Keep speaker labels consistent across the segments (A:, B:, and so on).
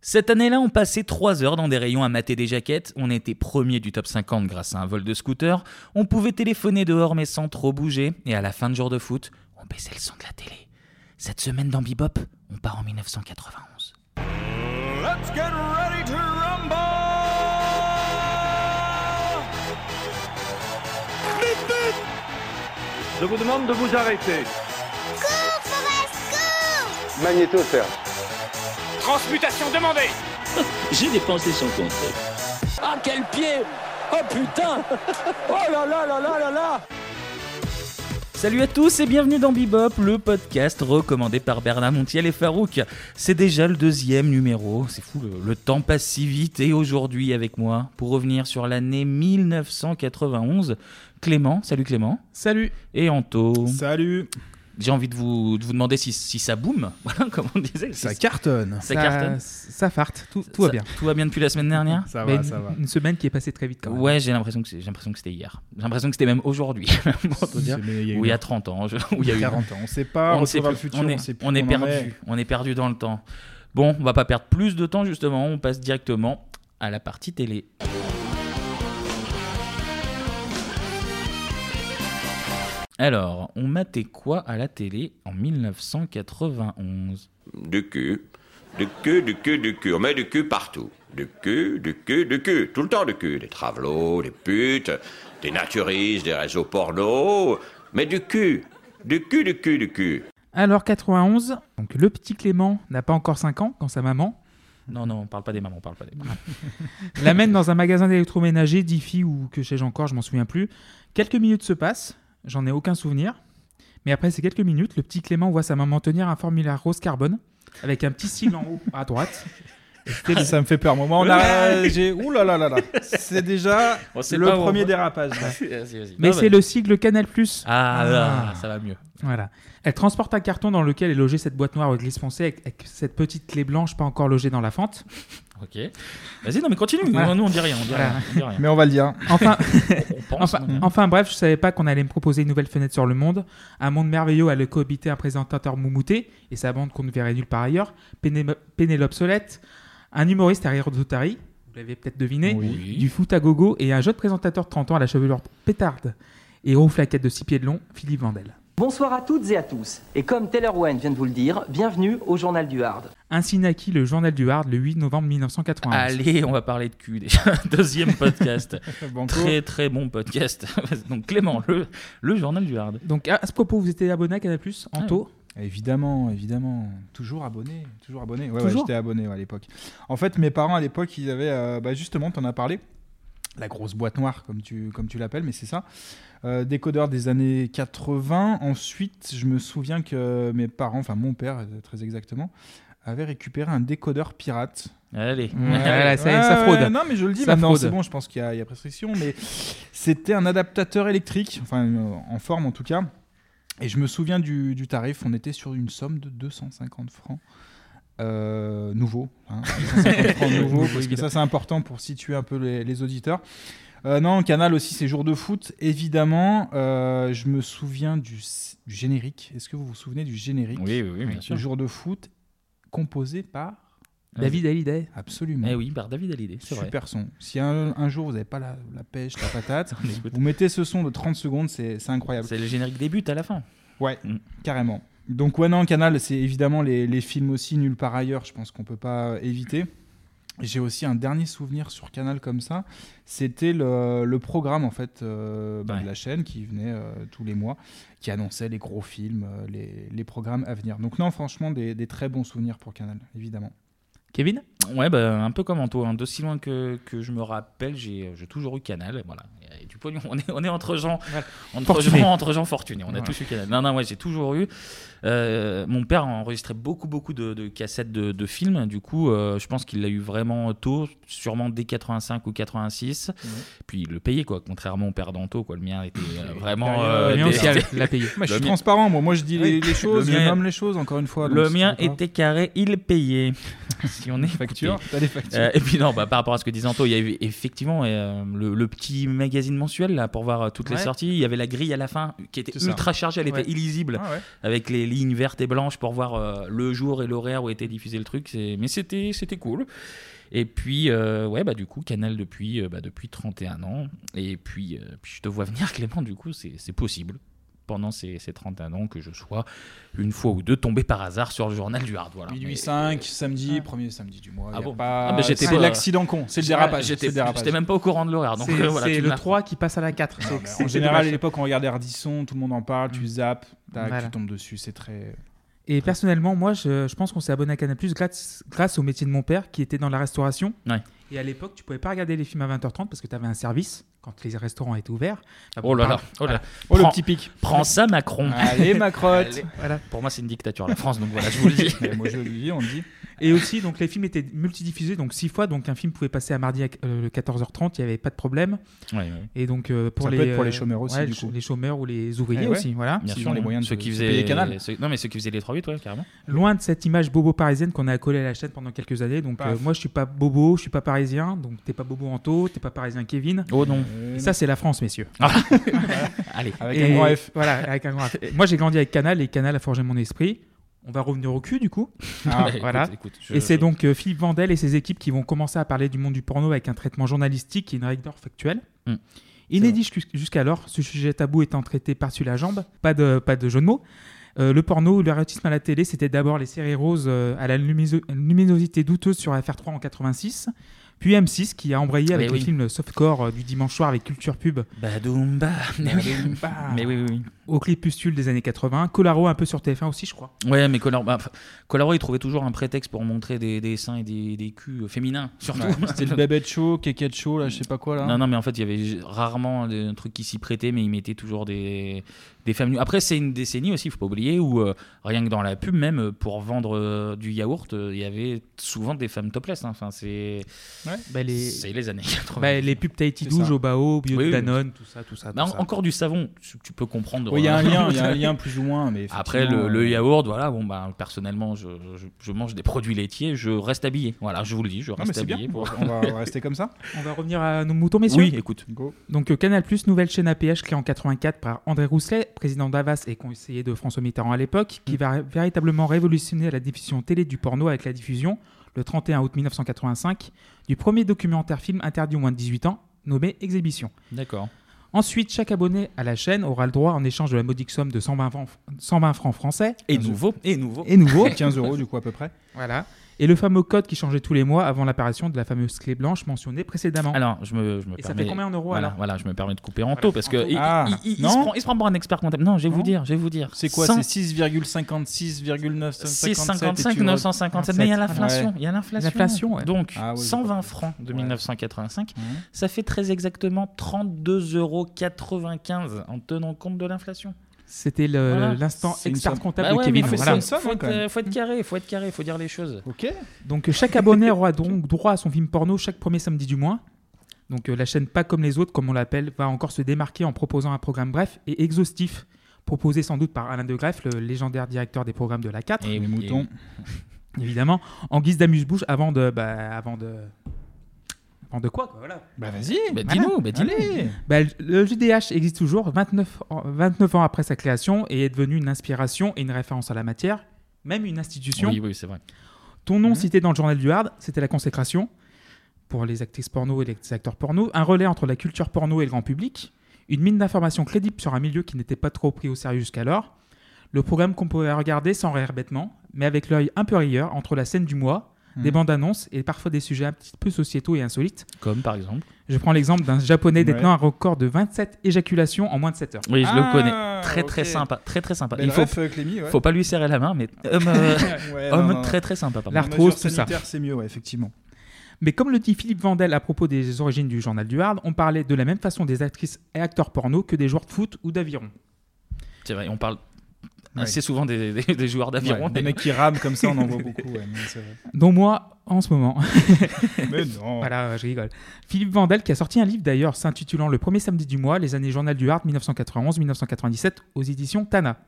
A: Cette année-là, on passait 3 heures dans des rayons à mater des jaquettes, on était premier du top 50 grâce à un vol de scooter, on pouvait téléphoner dehors mais sans trop bouger, et à la fin de jour de foot, on baissait le son de la télé. Cette semaine dans Bebop, on part en 1991.
B: Let's get ready to rumble!
C: Je vous demande de vous arrêter.
D: Magnéto, Serge.
E: Transmutation demandée
F: J'ai dépensé sans compter.
G: Ah, quel pied Oh putain Oh là là là là là là
A: Salut à tous et bienvenue dans Bebop, le podcast recommandé par Bernard Montiel et Farouk. C'est déjà le deuxième numéro, c'est fou, le, le temps passe si vite et aujourd'hui avec moi, pour revenir sur l'année 1991, Clément, salut Clément,
H: Salut.
A: et Anto.
H: Salut.
A: J'ai envie de vous, de vous demander si, si ça boom, voilà comme on disait. si
H: Ça cartonne.
A: Ça cartonne.
I: Ça farte, tout, tout va
A: Ça-
I: bien.
A: Tout va bien depuis la semaine dernière
H: Ça
I: Mais
H: va,
I: une,
H: ça va.
I: une semaine qui est passée très vite quand même.
A: Ouais, j'ai l'impression que c'est- j'ai l'impression que c'était hier. J'ai l'impression que c'était même aujourd'hui. pour te dire.
H: C'est- mais
A: Ou il y a 30 ans, je- ou
H: il y a eu 40 ans. On sait pas, on,
A: ne sait
H: sait pas le
A: plus.
H: futur,
A: on est,
H: sait plus
A: on est
H: où en
A: perdu,
H: est.
A: on est perdu dans le temps. Bon, on va pas perdre plus de temps justement, on passe directement à la partie télé. Alors, on matait quoi à la télé en 1991
J: Du cul. Du cul, du cul, du cul. On met du cul partout. Du cul, du cul, du cul. Tout le temps du cul. Des travelots, des putes, des naturistes, des réseaux porno. Mais du cul. Du cul, du cul, du cul.
I: Alors 91, donc le petit Clément n'a pas encore 5 ans quand sa maman
A: Non, non, on parle pas des mamans, on parle pas des mamans.
I: l'amène dans un magasin d'électroménager, d'IFI ou que sais-je encore, je m'en souviens plus. Quelques minutes se passent, j'en ai aucun souvenir. Mais après ces quelques minutes, le petit Clément voit sa maman tenir un formulaire rose carbone avec un petit sigle en haut à droite.
H: Ça me fait peur. Moi, on a. j'ai- Ouh là là là là. Oh, C'est déjà
A: On sait
H: le
A: pas où on
H: premier
A: va.
H: dérapage.
A: Ah, Vas-y, vas-y.
I: Mais
A: Non,
I: c'est
A: bah-
I: le sigle Canal+.
A: Ah,
I: Ah.
A: ah, ça va mieux.
I: Voilà. Elle transporte un carton dans lequel est logée cette boîte noire avec glisse foncée, avec, avec cette petite clé blanche pas encore logée dans la fente.
A: Ok. Vas-y, non, mais continue.
I: Voilà.
A: Nous, on dit rien. On dit
I: Voilà.
A: rien. On dit rien.
H: Mais on va le dire.
I: Enfin,
A: On pense.
I: enfin,
A: non
I: enfin, bref, je savais pas qu'on allait me proposer une nouvelle fenêtre sur le monde, un monde merveilleux à le cohabiter un présentateur moumouté et sa bande qu'on ne verrait nulle part ailleurs, Péné- Pénélope Solette, un humoriste à rire d'Otari, vous l'avez peut-être deviné,
A: Oui.
I: du foot à gogo et un jeune présentateur de 30 ans à la chevelure pétarde et aux flaquettes de 6 pieds de long, Philippe Vandel.
G: Bonsoir à toutes et à tous. Et comme Taylor Wayne vient de vous le dire, bienvenue au Journal du Hard.
I: Ainsi naquit le journal du Hard le 8 novembre 1991.
A: Allez, on va parler de cul déjà. Deuxième podcast.
H: Banco.
A: très très bon podcast. Donc Clément, le, le journal du Hard.
I: Donc à ce propos, vous étiez abonné à Canal+, Anto
H: Ah Évidemment, évidemment. Toujours abonné. Toujours abonné. Ouais, ouais,
I: Toujours.
H: j'étais abonné ouais, à l'époque. En fait, mes parents à l'époque, ils avaient. euh, bah, justement, t'en as parlé. La grosse boîte noire, comme tu, comme tu l'appelles, mais c'est ça. Euh, décodeur des années 80. Ensuite, je me souviens que mes parents, enfin mon père euh, très exactement, avait récupéré un décodeur pirate.
A: Allez.
I: Ouais, ça- ça fraude.
H: non, mais je le dis
I: Ça
H: maintenant,
I: fraude.
H: c'est bon, je pense qu'il y, a- il y a prescription. Mais c'était un adaptateur électrique, enfin euh, en forme en tout cas. Et je me souviens du, du tarif, on était sur une somme de 250 francs. Euh, nouveau, hein, 250 francs nouveau, parce que ça c'est important pour situer un peu les, les auditeurs. Euh, non, Canal aussi, c'est jour de foot, évidemment. Euh, je me souviens du, du générique. Est-ce que vous vous souvenez du générique
A: Oui, oui, oui, bien sûr.
H: Jour de foot, composé par
I: David Hallyday.
H: absolument
A: Eh oui, par David Hallyday, c'est vrai.
H: super son. Si un, un jour vous n'avez pas la, la pêche, la patate,
A: On écoute.
H: vous mettez ce son de 30 secondes, c'est c'est incroyable,
A: C'est le générique des buts à la fin.
H: carrément. Donc ouais, non, Canal, c'est évidemment les, les films aussi, nulle part ailleurs, je pense qu'on peut pas éviter. J'ai aussi un dernier souvenir sur Canal comme ça, c'était le, le programme en fait euh, bah,
A: Ouais.
H: de la chaîne qui venait euh, tous les mois, qui annonçait les gros films, euh, les, les programmes à venir. Donc non, franchement, des, des très bons souvenirs pour Canal, évidemment.
I: Kevin
A: Ouais, bah, un peu comme Anto. hein. D'aussi loin que, que je me rappelle, j'ai euh, j'ai toujours eu Canal. Voilà. Et euh, du pognon, on est, on est entre gens, entre,
I: Fortunés.
A: gens, entre gens fortunés. On a
H: Voilà.
A: tous eu Canal. Non, non, ouais, j'ai toujours eu. Euh, mon père a enregistré beaucoup, beaucoup de, de cassettes de, de films. Du coup, euh, je pense qu'il l'a eu vraiment tôt, sûrement dès 85 ou 86.
H: Mmh.
A: Puis il le payait, quoi. Contrairement au père d'Anto, quoi. Le mien était euh, vraiment. euh,
I: Lyon
A: dé-
I: Ciel l'a payé.
H: Moi, je
A: Le
H: suis
A: mien-
H: transparent, moi. Moi, je dis les,
A: Oui.
H: les choses,
A: Le
H: je
A: mien-
H: nomme les choses, encore une fois.
A: le
H: donc
A: mien
H: c'est pas grave.
A: était carré, il payait. si on est écouté.
H: Facture, t'as des factures.
A: Euh, et puis non, bah, par rapport à ce que disait Anto, il y a eu effectivement euh, le, le petit magazine magazine mensuel là pour voir euh, toutes les
H: Ouais.
A: sorties. Il y avait la grille à la fin qui était
H: C'est ça.
A: ultra chargée, elle
H: Ouais.
A: était illisible
H: Ah ouais.
A: avec les lignes vertes et blanches pour voir euh, le jour et l'horaire où était diffusé le truc. C'est- Mais c'était c'était cool. Et puis euh, ouais bah du coup Canal depuis euh, bah, depuis 31 ans. Et puis, euh, puis je te vois venir Clément. Du coup c'est c'est possible pendant ces, ces 31 ans que je sois une fois ou deux tombé par hasard sur le journal du hard. Voilà.
H: Minuit
A: Mais-
H: 5, samedi, premier samedi du mois.
A: Ah
H: y a
A: bon
H: pas-
A: Ah, bah, j'étais
H: c'est
A: pas- Ah,
H: l'accident con, c'est le dérapage.
A: J'étais
H: c'est le dérapage.
A: j'étais même pas au courant de l'horaire. Donc
I: C'est
A: euh, voilà,
I: c'est
A: tu
I: le
A: m'as-
I: 3 qui passe à la 4.
H: Non,
I: c'est-
H: mais
I: c'est
H: en général, à
I: dommage.
H: l'époque, on regardait Ardisson, tout le monde en parle,
A: Mm.
H: tu zappes, tac,
I: Voilà.
H: tu tombes dessus, c'est très.
I: Et personnellement, moi, je, je pense qu'on s'est abonné à Canal Plus grâce, grâce au métier de mon père qui était dans la restauration.
A: Ouais.
I: Et à l'époque, tu pouvais pas regarder les films à 20h30 parce que tu avais un service quand les restaurants étaient ouverts. Ah bon,
A: Oh là là,
I: pardon.
A: oh là là.
H: Oh, le
A: Prends- Mm.
H: petit pic
A: Prends ça Macron.
H: Allez, ma crotte
I: Voilà.
A: Pour moi, c'est une dictature la France, donc voilà, Bah, je vous le dis.
H: Mais Moi, je le dis, on le dit.
I: Et aussi, donc les films étaient multidiffusés, donc six fois. Donc un film pouvait passer à mardi à euh, le 14h30, il n'y avait pas de problème.
A: Ouais, ouais.
I: Et donc euh, pour
H: Ça peut
I: les
H: être pour les chômeurs aussi,
I: ouais,
H: du
I: le-
H: coup.
I: les chômeurs ou les ouvriers
H: Eh ouais.
I: aussi, voilà.
A: Bien
H: S'ils
A: sûr,
H: ont les
A: ouais.
H: moyens de
A: ceux
H: se-
A: qui
H: se
A: faisaient
H: payer Canal.
A: ceux- Non, mais ceux qui faisaient les 3-8, ouais, carrément.
I: Loin de cette image bobo parisienne qu'on a collée à la chaîne pendant quelques années. Donc
H: Paf.
I: euh, moi, je suis pas bobo, je suis pas parisien, donc t'es pas bobo Anto, t'es pas parisien Kevin.
A: Oh non.
I: Et ça, c'est la France, messieurs.
A: Allez.
H: Euh, Avec
I: Et-
H: un grand F.
I: Voilà, avec un grand F. Moi, j'ai grandi avec Canal et Canal a forgé mon esprit. On va revenir au cul, du coup.
H: Ah,
A: Écoute,
I: voilà.
A: écoute, je-
I: et c'est
A: je-
I: donc euh, Philippe Vandel et ses équipes qui vont commencer à parler du monde du porno avec un traitement journalistique et une règle d'or factuelle.
A: Mm.
I: Inédit jusqu- jusqu'alors, ce sujet tabou étant traité par-dessus la jambe, pas de, pas de jeu de mots. Euh, le porno ou l'érotisme à la télé, c'était d'abord les séries roses euh, à la lumiso- luminosité douteuse sur FR3 en 86, puis M6 qui a embrayé avec
A: Ah, Mais oui.
I: les films Softcore euh, du dimanche soir avec Culture Pub Bah,
A: Badoum, bah. Mais oui, mais oui, oui.
I: au crépuscule des années 80, Colaro un peu sur TF1 aussi, je crois.
A: oui. Ouais, mais Color... bah, enfin, Colaro, il trouvait toujours un prétexte pour montrer des, des seins et des, des culs euh, féminins, surtout.
H: Ouais, C'était le bébé show, kékette show, là, je sais pas quoi, là.
A: Non, non, mais en fait, il y avait j- rarement un truc qui s'y prêtait, mais ils mettaient toujours des, des femmes nues. Après, c'est une décennie aussi, il faut pas oublier, où euh, rien que dans la pub, même euh, pour vendre euh, du yaourt, euh, il y avait souvent des femmes topless. hein. Enfin, c'est
I: Bah, les,
A: c'est les années 80.
I: bah, les pubs Tahiti
H: C'est
I: Douge,
H: ça.
I: Obao, Bio
A: Oui, oui,
I: Danone, tout ça, tout ça.
A: Bah,
I: tout
A: en-
I: ça.
A: encore du savon, tu, tu peux comprendre.
H: Ouais, Il y a un
A: euh,
H: lien, il y a un lien plus ou moins, mais
A: Après
H: effectivement,
A: le, le
H: euh,
A: yaourt, voilà, bon bah personnellement, je, je- je mange des produits laitiers, je reste habillé. Voilà, je vous le dis, je
H: Non, mais
A: reste
H: c'est bien,
A: habillé.
H: on
A: pour-
H: va- on va on va rester comme ça.
I: On va revenir à nos moutons, messieurs.
A: Oui, écoute.
H: Go.
I: Donc euh, Canal+, nouvelle chaîne APH créée en 84 par André Rousselet, président d'Avas et conseiller de François Mitterrand à l'époque,
A: Mm.
I: qui va ré- véritablement révolutionner la diffusion télé du porno avec la diffusion, le 31 août 1985, du premier documentaire film interdit aux moins de 18 ans, nommé Exhibition.
A: D'accord.
I: Ensuite, chaque abonné à la chaîne aura le droit, en échange de la modique somme de 120 francs, 120 francs français,
A: Et nouveau, et nouveau.
I: et nouveau,
H: 15 euros, du coup, à peu près.
I: voilà, et le fameux code qui changeait tous les mois avant l'apparition de la fameuse clé blanche mentionnée précédemment.
A: Alors, je me, je me
I: et ça
A: permets.
I: fait combien en euros
A: voilà,
I: alors
A: voilà, je me permets de couper en taux parce que il,
H: Ah,
A: il- il- il
H: non
A: se prend, il se prend pour un expert comptable. Non, je vais vous
H: Non.
A: dire, je vais vous dire.
H: C'est quoi
A: Cent-
H: C'est 6,56,957 et
A: 655
H: tu re-
A: 957 mais il y a l'inflation
H: Ouais.
A: il y a l'inflation
I: L'inflation, ouais.
A: donc
H: Ah oui,
A: 120
H: d'accord.
A: francs de
H: Ouais.
A: 1985
H: Mhm.
A: ça fait très exactement 32,95 euros en tenant compte de l'inflation
I: C'était le-
A: Voilà.
I: l'instant
H: C'est une
I: expert
H: somme.
I: comptable
A: Bah
I: de
A: ouais,
I: Kevin.
A: mais faut,
I: voilà.
A: faut-
H: Ça me
A: faut
H: sonne,
A: être,
H: hein, quand même.
A: euh, faut être carré, faut être carré, faut dire les choses.
H: Ok.
I: Donc euh, chaque abonné aura donc droit à son film porno chaque premier samedi du mois. Donc euh, la chaîne Pas comme les autres, comme on l'appelle, va encore se démarquer en proposant un programme bref et exhaustif, proposé sans doute par Alain de Greff, le légendaire directeur des programmes de la 4,
A: Et
H: Les moutons.
I: évidemment, en guise d'amuse-bouche avant de, bah, avant de, avant de quoi, quoi, voilà.
H: Bah vas-y.
A: Bah, dis-nous, bah, dis-nous.
H: Allez.
I: Bah, le JDH existe toujours 29, ans- 29 ans après sa création et est devenu une inspiration et une référence à la matière, même une institution.
A: Oui, oui, c'est vrai.
I: Ton nom cité dans le journal du Hard, c'était la consécration pour les actrices porno et les acteurs porno, un relais entre la culture porno et le grand public, une mine d'informations crédible sur un milieu qui n'était pas trop pris au sérieux jusqu'alors, le programme qu'on pouvait regarder sans rire bêtement, mais avec l'œil un peu rieur entre la scène du mois, des
H: Mhm.
I: bandes annonces et parfois des sujets un petit peu sociétaux et insolites.
A: Comme par exemple.
I: Je prends l'exemple d'un japonais
H: Ouais.
I: détenant un record de 27 éjaculations en moins de 7 heures.
A: Oui, je le
H: Ah,
A: connais. Très très
H: ok.
A: sympa, très très sympa.
H: Belle
A: Il faut,
H: ref, euh, Clémy, ouais.
A: faut pas lui serrer la main, mais homme, euh,
H: Ouais, non,
A: homme
H: non, non.
A: très très sympa. pardon.
I: La-
H: Les
I: L'arthrose,
H: mesures
I: tout ça.
H: sanitaires, c'est mieux, ouais, effectivement.
I: Mais comme le dit Philippe Vandel à propos des origines du journal du Hard, on parlait de la même façon des actrices et acteurs porno que des joueurs de foot ou d'aviron.
A: C'est vrai, on parle
H: Ouais.
A: assez souvent des, des- des joueurs d'aviron.
H: Ouais, des mecs qui rament comme ça, on en voit beaucoup. ouais, mais c'est vrai.
I: Dont moi, en ce moment.
H: Mais non.
I: Voilà, euh, je rigole. Philippe Vandel qui a sorti un livre d'ailleurs s'intitulant Le premier samedi du mois, les années journal du Hard 1991-1997 aux éditions Tana.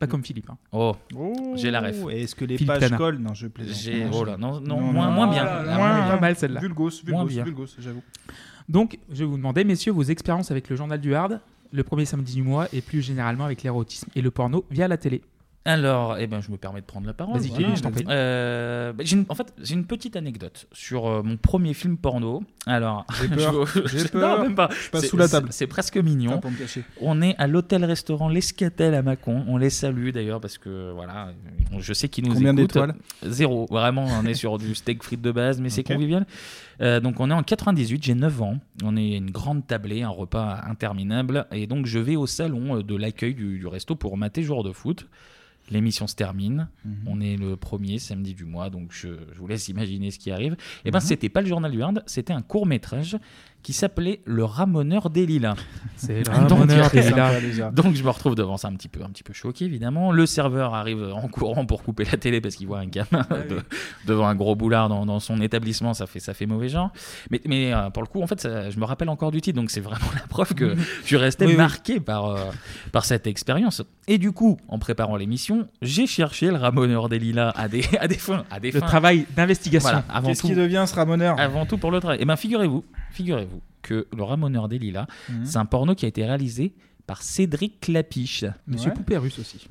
I: Pas comme Philippe. hein.
A: Oh,
H: Oh,
A: J'ai la ref.
H: Est-ce que les
I: Philippe
H: pages
I: Tana.
H: collent Non, je plaisante.
A: j'ai.
H: Non,
A: Oh là, non, non,
H: Non,
A: moins,
H: non,
A: moins
H: non.
A: bien.
H: Oh là là,
A: Ah,
H: moins
A: moins
H: bien.
A: bien.
I: Pas mal celle-là.
H: Vulgos,
A: Moins
H: vulgos,
A: bien.
H: vulgos, j'avoue.
I: Donc, je vais vous demander, messieurs, vos expériences avec le journal du Hard, le premier samedi du mois, et plus généralement avec l'érotisme et le porno via la télé.
A: Alors, eh ben, je me permets de prendre la parole.
I: Ah, Vas-y,
A: voilà.
I: Kevin, je t'en
H: vas-y.
I: prie.
A: Euh, bah, j'ai une- en fait, j'ai une petite anecdote sur euh, mon premier film porno. Alors,
H: J'ai peur.
A: je-
H: J'ai
A: je-
H: peur.
A: Non, même pas.
H: passe
A: C'est-
H: sous la
A: c'est-
H: table.
A: C'est presque mignon.
H: Pas pour me cacher.
A: On est à l'hôtel-restaurant L'Escatel à Mâcon. On les salue d'ailleurs parce que voilà, on- je sais qu'ils nous
H: Combien
A: écoutent.
H: d'étoiles
A: Zéro. Vraiment, on est sur du steak frites de base, mais c'est
H: Ok.
A: convivial. Euh, donc on est en 98, j'ai 9 ans. On est une grande tablée, un repas interminable. Et donc je vais au salon euh, de l'accueil du, du resto pour mater joueur de foot. L'émission se termine.
H: Mhm.
A: On est le premier samedi du mois, donc je, je vous laisse imaginer ce qui arrive. Et
H: Mhm.
A: ben, c'était pas le journal du Hard, c'était un court métrage qui s'appelait Le Ramoneur des Lilas.
I: C'est
A: Ah,
I: le
A: mon
I: bonheur
A: Dieu.
I: des lilas.
H: Sympa, déjà.
A: Donc je me retrouve devant ça un petit peu, un petit peu choqué évidemment. Le serveur arrive en courant pour couper la télé parce qu'il voit un gamin
I: Ah
A: de- devant un gros boulard dans, dans son établissement, ça fait ça fait mauvais genre. Mais, mais euh, pour le coup en fait ça- je me rappelle encore du titre, donc c'est vraiment la preuve que je suis resté
I: Oui, oui.
A: marqué par euh, par cette expérience. Et du coup en préparant l'émission, j'ai cherché le ramoneur des lilas à des à des fins à des
I: Le
A: fins.
I: travail d'investigation.
A: Voilà, avant
H: Qu'est-ce
A: tout
H: qui devient ce ramoneur
A: avant tout pour le travail. Et bien, figurez-vous, figurez-vous que Le Ramoneur des Lilas,
H: Mhm.
A: c'est un porno qui a été réalisé par Cédric Clapiche.
I: Monsieur
H: Ouais.
I: Poupée Russe aussi.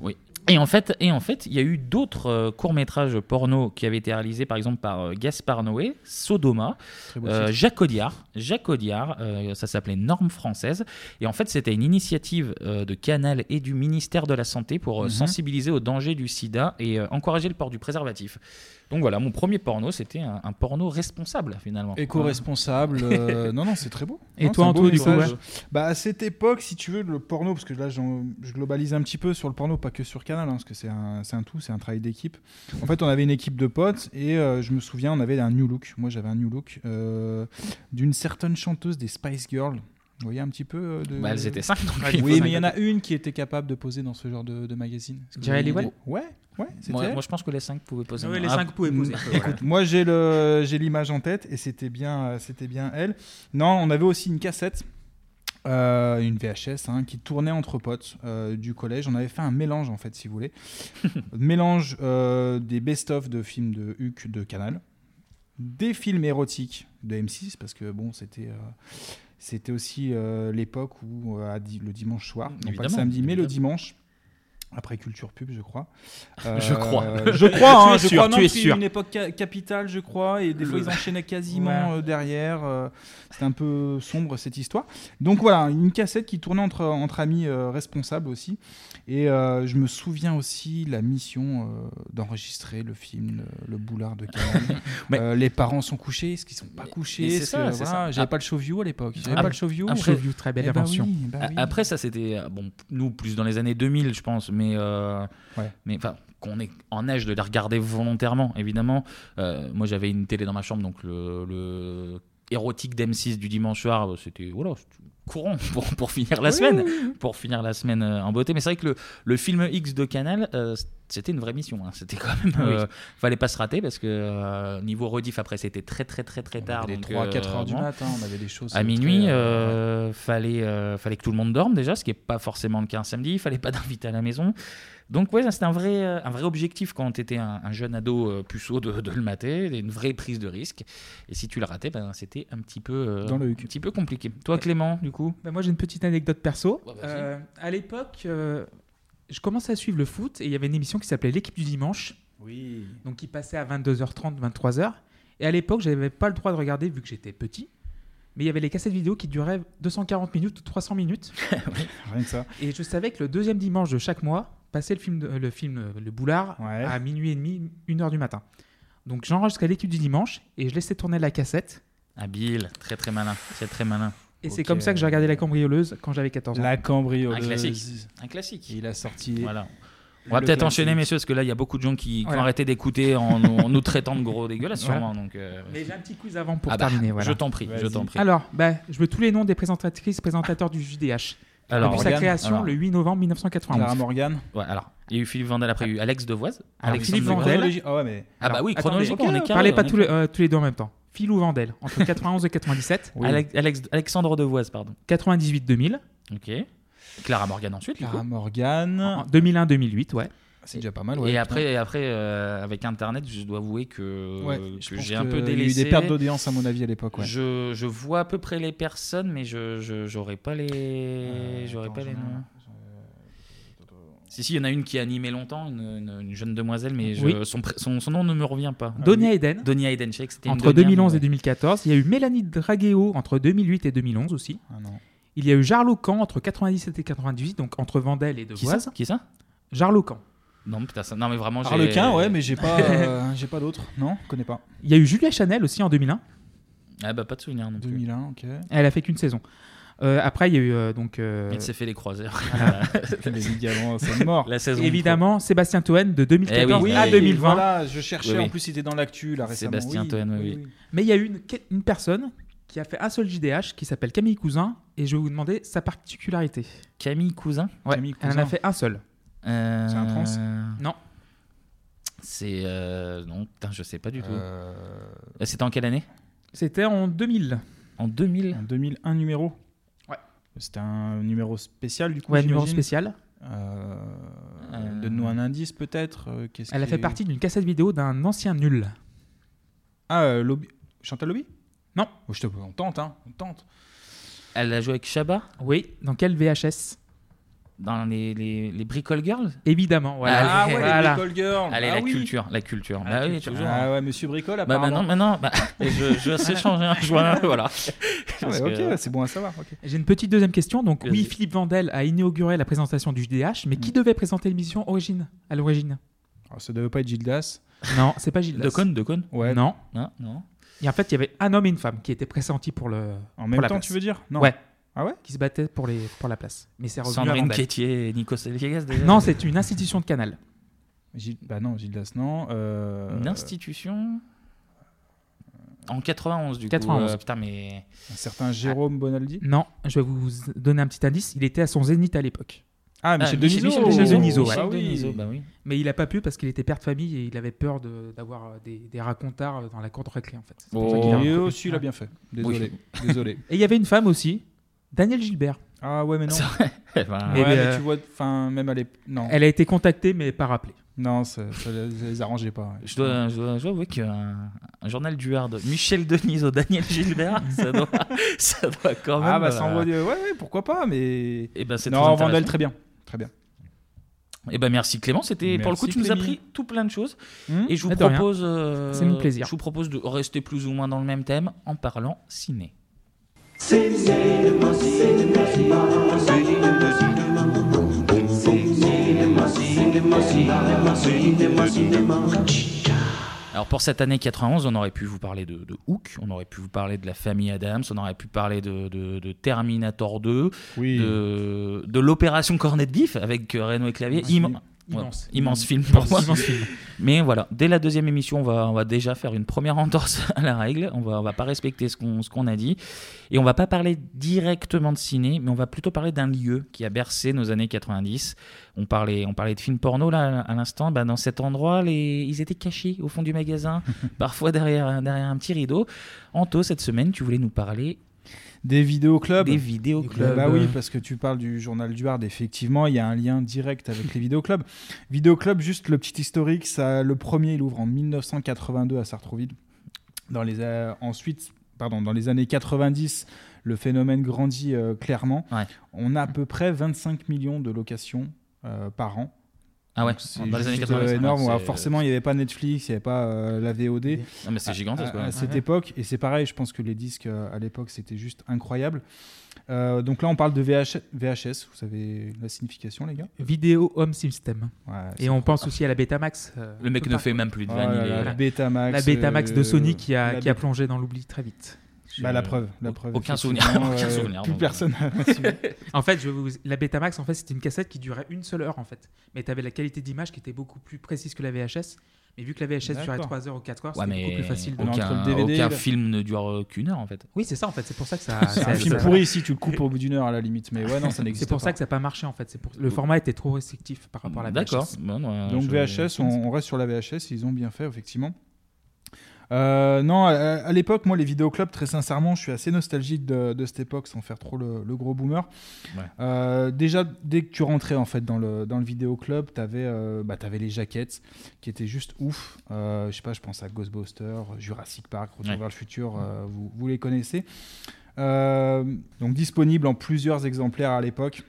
A: Et en fait, et en fait, il y a eu d'autres euh, courts-métrages porno qui avaient été réalisés, par exemple par euh, Gaspard Noé, Sodoma,
H: Très beau
A: euh,
H: titre.
A: Jacques Audiard. Jacques Audiard, euh, ça s'appelait Normes françaises. Et en fait, c'était une initiative euh, de Canal et du ministère de la Santé pour euh,
H: Mhm.
A: sensibiliser aux dangers du sida et euh, encourager le port du préservatif. Donc voilà, mon premier porno, c'était un, un porno responsable finalement.
H: Éco-responsable. euh, non, non, c'est très beau.
I: Et
H: Non,
I: toi,
H: c'est un beau
I: Antoine, du coup,
H: message.
I: ouais.
H: Bah, à cette époque, si tu veux, le porno, parce que là, j'en- je globalise un petit peu sur le porno, pas que sur Canal, hein, parce que c'est un, c'est un tout, c'est un travail d'équipe. En fait, on avait une équipe de potes, et euh, je me souviens, on avait un new look. Moi, j'avais un new look euh, d'une certaine chanteuse des Spice Girls. Vous voyez un petit peu euh, de...
A: Bah, elles étaient 5 donc
I: Ouais,
A: il
H: Oui,
A: faut-
H: mais il y en a une qui était capable de poser dans ce genre de, de magazine. Est-ce que
I: Jerry
H: vous-
I: Lee Wall
H: Ouais, ouais, c'était
A: moi,
H: elle.
A: moi, je pense que les 5 pouvaient poser.
I: Oui,
A: un-
I: les
A: Ah,
I: cinq pouvaient poser.
H: Écoute, moi j'ai le j'ai l'image en tête et c'était bien euh, c'était bien elle. Non, on avait aussi une cassette. euh, une VHS hein, qui tournait entre potes euh, du collège. On avait fait un mélange en fait, si vous voulez, mélange euh, des best-of de films de Huck de Canal, des films érotiques de M6 parce que bon, c'était euh, c'était aussi euh, l'époque où euh, à di- le dimanche soir, non pas le
A: Évidemment,
H: samedi, mais le
A: évidemment.
H: dimanche. Après culture pub, je crois. Euh,
A: Je crois.
H: Je crois. hein,
I: Tu es
H: je
I: sûr,
H: crois. Non,
I: tu es
H: c'est
I: sûr.
H: une époque ca- capitale, je crois, et des fois ils enchaînaient quasiment euh, derrière. euh, C'était un peu sombre cette histoire. Donc voilà, une cassette qui tournait entre, entre amis euh, responsables aussi. Et euh, je me souviens aussi la mission euh, d'enregistrer le film, le, le boulard de Canal.
A: Mais-
H: Euh, les parents sont couchés, est-ce qu'ils sont pas couchés
A: mais c'est
H: Est-ce
A: ça,
H: que,
A: c'est
H: voilà,
A: ça.
H: J'avais
A: Ap-
H: pas le showview à l'époque. J'avais
A: Ap-
H: pas le showview.
A: Après-
I: Review, très
H: Eh
I: belle
H: ben
I: invention.
H: oui, bah oui.
A: Après, ça, c'était euh, bon, nous plus dans les années 2000, je pense, mais euh,
H: Ouais.
A: mais enfin qu'on est en âge de les regarder volontairement, évidemment. Euh, moi, j'avais une télé dans ma chambre, donc le, le érotique d'M6 du dimanche soir, euh, c'était voilà, c'était courant pour, pour finir la semaine, pour finir la semaine euh, en beauté. Mais c'est vrai que le, le film X de Canal, euh, c'était une vraie mission. hein. C'était quand même, euh, fallait pas se rater parce que euh, niveau rediff après, c'était très très très très tard.
H: les
A: donc,
H: 3 4
A: euh,
H: heures du
A: bon.
H: matin, on avait des choses
A: À minuit, euh, fallait, euh, fallait que tout le monde dorme déjà, ce qui n'est pas forcément le cas un samedi. Il fallait pas d'invité à la maison. Donc ouais, ça, c'était un vrai, euh, un vrai objectif quand tu étais un, un jeune ado euh, puceau de, de le mater, une vraie prise de risque. Et si tu le ratais, ben, c'était un petit peu, euh,
H: Dans le
A: un
H: huc.
A: petit peu compliqué. Toi, Clément, du coup
I: Bah, moi, j'ai une petite anecdote perso.
A: Ouais, vas-y.
I: Euh, à l'époque, euh, je commençais à suivre le foot et il y avait une émission qui s'appelait L'équipe du dimanche.
H: Oui.
I: donc qui passait à 22h30, 23h. Et à l'époque, j'avais pas le droit de regarder vu que j'étais petit. Mais il y avait les cassettes vidéo qui duraient 240 minutes ou 300 minutes.
H: Rien que ça.
I: Et je savais que le deuxième dimanche de chaque mois passait le film, de- le, film euh, le Boulard
H: Ouais.
I: à minuit et demi, 1h du matin. Donc j'enregistrais l'équipe du dimanche et je laissais tourner la cassette.
A: Habile, très très malin, c'est très malin.
I: Et c'est
H: Ok.
I: comme ça que j'ai regardé La Cambrioleuse quand j'avais 14 ans.
H: La cambrioleuse.
A: Un classique. Un classique.
H: Il a sorti.
A: Voilà. On va
H: Le
A: peut-être
H: classique.
A: enchaîner, messieurs, parce que là, il y a beaucoup de gens qui, qui
I: Voilà.
A: ont arrêté d'écouter en, en nous traitant de gros dégueulasses,
I: Voilà.
A: sûrement. Donc, euh,
I: Mais j'ai un petit quiz avant pour
A: ah bah,
I: terminer. voilà.
A: Je t'en prie, je
H: Vas-y.
A: t'en prie.
I: Alors, bah, je veux tous les noms des présentatrices, présentateurs du JDH.
A: Alors,
I: Depuis sa
H: Morgane,
I: création
A: alors.
I: le 8 novembre 1991.
H: Clara Morgan.
A: Ouais, alors, il y a eu Philippe Vandel, après il y a eu Alex Devoise.
I: Alors,
A: Alexandre
I: Philippe
A: Devoise.
I: Vandel.
H: Ah ouais, mais.
A: Ah bah oui, chronologiquement, on est carré.
I: Parlez pas
A: on est
I: tous les,
A: carré.
I: euh, tous les deux en même temps. Phil ou Vandel, entre 91 et 97,
H: Oui.
A: Alex- Alex- Alexandre Devoise, pardon.
I: 98 2000,
A: Ok. Clara Morgan ensuite. du
H: Clara
A: coup. Ah.
H: Morgan.
I: 2001-2008, ouais.
H: Ah, C'est déjà pas mal, ouais.
A: et après, et après euh, avec Internet, je dois avouer que,
H: Ouais,
A: que
H: je pense
A: j'ai un
H: que
A: peu
H: il y a eu
A: délaissé.
H: des pertes d'audience, à mon avis, à l'époque, ouais.
A: je, je vois à peu près les personnes, mais je je- j'aurais pas les
H: Euh,
A: j'aurais pas
H: attends,
A: les
H: j'en ai
A: noms.
H: un.
A: Si si, il y en a une qui a animé longtemps, une, une- une jeune demoiselle, mais je-
I: Oui.
A: son, pré- son son nom ne me revient pas.
I: Donny Hayden.
A: Donia Hayden, je sais que c'était une
I: Entre
A: Donia,
I: 2011
A: mais- euh,
I: et 2014, il y a eu Mélanie Dragueo entre 2008 et 2011 aussi.
H: Ah, non.
I: Il y a eu Jarlocan entre 97 et 98, donc entre Vandel et
A: Qui ça
I: Devoise.
A: Qui ça
I: Jarlocan.
A: Non putain, ça... non mais vraiment. j'ai-
H: Harlequin, ouais, mais j'ai pas, euh, j'ai pas d'autres. Non, je connais pas.
I: Il y a eu Julia Chanel aussi en 2001.
A: Ah bah pas de souvenir non plus.
H: 2001, ok.
I: Elle a fait qu'une saison. Euh, après, il y a eu euh, donc euh,
A: Il s'est fait les croiseurs.
H: Les ligaments, c'est mort.
A: La saison.
I: évidemment Sébastien Toen de 2014
A: Eh oui.
I: à
A: Oui,
I: 2020.
H: Voilà, je cherchais.
A: Oui, oui.
H: En plus, il était dans l'actu là récemment.
A: Sébastien
H: oui,
A: Toen, oui, oui.
I: Mais il y a eu une, une personne qui a fait un seul JDH qui s'appelle Camille Cousin et je vais vous demander sa particularité.
A: Camille Cousin.
I: Ouais,
H: Camille
I: elle en
H: Cousin.
I: a fait un seul.
A: Euh,
H: C'est un trans
I: Non.
A: C'est euh, non, putain, je sais pas du tout.
H: Euh,
A: Euh, C'était en quelle année
I: C'était en 2000.
A: En 2000.
H: un 2001 numéro.
I: Ouais.
H: C'était un numéro spécial du coup.
I: Ouais, numéro
H: j'imagine.
I: spécial.
H: Euh,
A: Euh,
H: Donne-nous un indice peut-être. euh, qu'est-ce
I: Elle a
H: qui
I: fait
H: est-
I: partie d'une cassette vidéo d'un ancien nul.
H: Ah, euh, Lobby- Chantal Lobby
I: Non.
H: Oh, je te... On tente, hein. On tente.
A: Elle a joué avec Shabba
I: Oui, dans quel VHS
A: dans les, les, les Bricol Girls.
I: Évidemment, voilà.
A: Ah ouais, les
I: Voilà.
H: Bricole Girl.
A: Allez,
H: Ah
A: la
H: oui.
A: culture, la culture.
H: Ah,
A: bah oui,
H: culture.
A: toujours.
H: Ah ouais, Monsieur Bricole,
A: Bah
H: apparemment.
A: maintenant, maintenant, bah, je, hein, je sais changer un joint, voilà.
H: Ah ouais,
A: Parce
H: ok,
A: que-
H: ouais, c'est bon à savoir. ok.
I: J'ai une petite deuxième question. Donc oui,
A: Vas-y.
I: Philippe Vandel a inauguré la présentation du JDH, mais
H: Mm.
I: qui devait présenter l'émission origine à l'origine
H: Alors, Ah, ça devait pas être Gildas.
I: Non, c'est pas Gilles.
A: De con, de con.
H: Ouais.
I: Non.
A: Non, non.
I: Et en fait, il y avait un homme et une femme qui étaient pressentis pour le
H: En
I: pour
H: même
I: la
H: temps,
I: place.
H: tu veux dire Non.
I: Ouais.
H: Ah ouais
I: qui se battaient pour les pour la place. Mais c'est revenu à
A: Sandrine
I: Vandel.
A: Quétier et Nico Saliegas déjà.
I: Non, c'est une institution de canal.
H: Gil- Bah non, Gildas, non. Euh...
A: Une institution. En 91, du
I: 91.
A: coup. euh, putain, mais.
H: Un certain
A: Ah.
H: Jérôme Bonaldi.
I: Non, je vais vous donner un petit indice. Il était à son zénith à l'époque.
H: Ah, Michel
A: Ah,
H: Denisot.
A: Michel
I: Michel Denisot, ouais.
A: Michel
H: Ah oui.
A: Denisot, bah oui.
I: Mais il a pas pu parce qu'il était père de famille et il avait peur de- d'avoir euh, des, des racontards euh, dans la cour de récré en fait. C'est pour ça qu'il a
H: Oh,
I: repris.
H: Et aussi, il a bien fait. Désolé. Désolé.
I: Et il y avait une femme aussi, Danielle Gilbert.
H: Ah ouais, mais non. Ah
A: Ça- Eh ben,
I: Mais-
H: ouais, mais
I: euh,
H: tu vois, enfin, même à l'époque. Non,
A: Eh.
I: Elle a été contactée mais pas rappelée.
H: non ça, ça les, ça les arrangeait pas. ouais.
A: je, dois, je, dois, je dois avouer qu'un un journal du Hard, Michel Denisot, Daniel Gilbert, ça doit, ça doit quand même.
H: Ah bah,
A: euh,
H: ça envoie du- Ouais, ouais, pourquoi pas, mais.
A: Eh ben, c'est très
H: Non, Vandal,
A: intéressant.
H: très bien. Très bien.
A: Eh ben merci Clément, c'était pour le coup
H: Merci,
A: tu nous as
H: Clémy.
A: pris tout plein de choses
H: Hmm
A: et je vous
I: Ah, de rien.
A: propose euh,
I: C'est mon plaisir.
A: Je vous propose de rester plus ou moins dans le même thème en parlant ciné. Alors pour cette année 91, on aurait pu vous parler de, de Hook, on aurait pu vous parler de la famille Adams, on aurait pu parler de, de- de Terminator 2,
H: Oui.
A: de, de l'opération Cornet de Bif avec euh, Reno et Clavier.
H: film
A: Immen-
I: immense.
A: Ouais, immense film pour moi.
I: Immense film.
A: Mais voilà, dès la deuxième émission, on va, on va déjà faire une première entorse à la règle. On va, on va pas respecter ce qu'on ce qu'on a dit. Et on va pas parler directement de ciné, mais on va plutôt parler d'un lieu qui a bercé nos années 90. On parlait, on parlait de films porno là à l'instant. Bah, dans cet endroit, les, ils étaient cachés au fond du magasin, parfois derrière, derrière un petit rideau. Anto, cette semaine, tu voulais nous parler
H: Des vidéoclubs.
A: des vidéoclubs.
H: Ah Bah oui, parce que tu parles du journal du Hard, effectivement, il y a un lien direct avec les vidéoclubs. Vidéoclub, juste le petit historique, ça, le premier, il ouvre en 1982 à Sartrouville. Dans les, euh, ensuite, pardon, dans les années 90, le phénomène grandit euh, clairement.
A: Ouais.
H: On a à peu près 25 millions de locations euh, par an.
A: Ah ouais,
H: Donc, c'est
A: dans les années
H: juste,
A: 90.
H: euh, énorme.
A: ouais,
H: Ouais,
A: c'est-
H: forcément, il n'y avait pas Netflix, il n'y avait pas euh, la VOD
A: Non, mais c'est gigantesque.
H: à-
A: quoi.
H: à, cette
I: Hein, Ouais.
H: époque. Et c'est pareil, je pense que les disques euh, à l'époque, c'était juste incroyable. Euh, donc là, on parle de VH VHS, vous savez la signification, les gars
I: Vidéo Home System.
H: Ouais, Ah, c'est-
I: Et on pense aussi à la Betamax. euh,
A: Le mec
I: tout
A: ne
I: partout.
A: fait même plus de
H: Oh
A: vanne.
H: là
A: il
H: là,
A: est-
H: la Betamax.
I: la Betamax de
H: euh,
I: Sony qui a,
H: la
I: qui a euh,
H: Be-
I: plongé dans l'oubli très vite.
H: Bah, la preuve, la
A: Au-
H: preuve.
A: aucun
H: effectivement,
A: souvenir, aucun
H: euh,
A: souvenir,
H: Plus
A: donc.
H: personne.
I: En fait, je vais vous- la Betamax, en fait, c'était une cassette qui durait une seule heure, en fait. Mais tu avais la qualité d'image qui était beaucoup plus précise que la VHS. Mais vu que la VHS durait
H: D'accord.
I: 3 heures ou 4 heures,
A: Ouais,
I: c'était
A: mais
I: beaucoup plus facile. de-
H: Non, entre
A: aucun,
H: le DVD,
A: aucun
H: là.
A: film ne dure euh, qu'une heure en fait.
I: Oui, c'est ça, en fait. C'est pour ça que ça.
H: C'est
I: ça-
H: un film
I: ça-
H: pourri si tu le coupes au bout d'une heure à la limite. Mais ouais, non, ça
I: C'est
H: n'existe pas.
I: pour ça que ça n'a pas marché, en fait. C'est Pour... Le format était trop restrictif par rapport à la VHS.
A: D'accord. Bon, euh,
H: Donc
A: je-
H: VHS, on, on reste sur la VHS, ils ont bien fait, effectivement. Euh, non, à, à l'époque, moi, les vidéoclubs, très sincèrement, je suis assez nostalgique de, de cette époque, sans faire trop le, le gros boomer.
A: Ouais.
H: Euh, déjà, dès que tu rentrais en fait dans le, dans le vidéoclub, t'avais euh, bah, t'avais les jaquettes qui étaient juste ouf. Euh, je sais pas, je pense à Ghostbusters, Jurassic Park, Retour
A: Ouais.
H: vers le futur, euh, vous, vous les connaissez. Euh, donc disponible en plusieurs exemplaires à l'époque.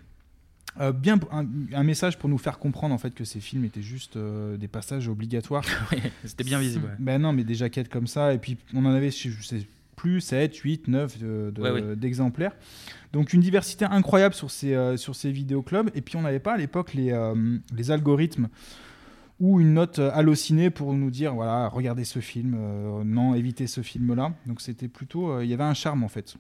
H: Euh, bien un, un message pour nous faire comprendre en fait que ces films étaient juste euh, des passages obligatoires
A: Ouais, C'était bien visible. ouais.
H: ben non, mais des jaquettes comme ça. Et puis, on en avait, je sais plus, 7, 8, 9 euh, de-
A: Ouais, ouais.
H: d'exemplaires. Donc, une diversité incroyable sur ces, euh, sur ces vidéoclubs. Et puis, on n'avait pas à l'époque les, euh, les algorithmes ou une note euh, hallucinée pour nous dire voilà, regardez ce film, euh, non, évitez ce film-là. Donc, c'était plutôt. euh, Il y avait un charme, en fait.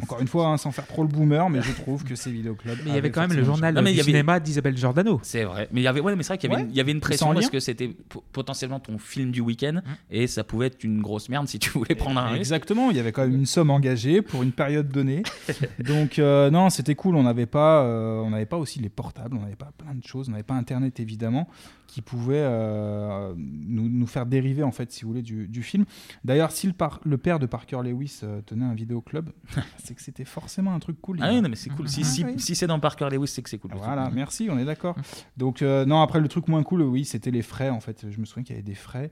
H: Encore une fois, hein, sans faire trop le boomer, mais je trouve que ces vidéoclubs.
I: Mais il y avait
H: avaient
I: quand même le
H: forcément un
I: journal
A: Non, mais il
I: du
A: y avait-
I: cinéma d'Isabelle Giordano.
A: C'est vrai. Mais il y avait, ouais, mais c'est vrai qu'il y avait,
H: Ouais.
A: une, il y avait une pression
H: en
A: parce
H: lien.
A: que c'était po- potentiellement ton film du week-end et ça pouvait être une grosse merde si tu voulais prendre un risque.
H: Exactement, il y avait quand même une somme engagée pour une période donnée. Donc euh, non, c'était cool, on n'avait pas, euh, on n'avait pas aussi les portables, on n'avait pas plein de choses, on n'avait pas Internet évidemment, qui pouvait euh, nous, nous faire dériver en fait, si vous voulez, du, du film. D'ailleurs, si le, par- le père de Parker Lewis euh, tenait un vidéoclub, c'est que c'était forcément un truc cool.
A: Ah
H: les
A: oui,
H: gars.
A: non, mais c'est cool. Si,
H: Ah
A: si,
H: oui.
A: si c'est dans Parker Lewis, c'est que c'est cool.
H: Voilà, merci, on est d'accord. Donc euh, non, après le truc moins cool, oui, c'était les frais en fait. Je me souviens qu'il y avait des frais,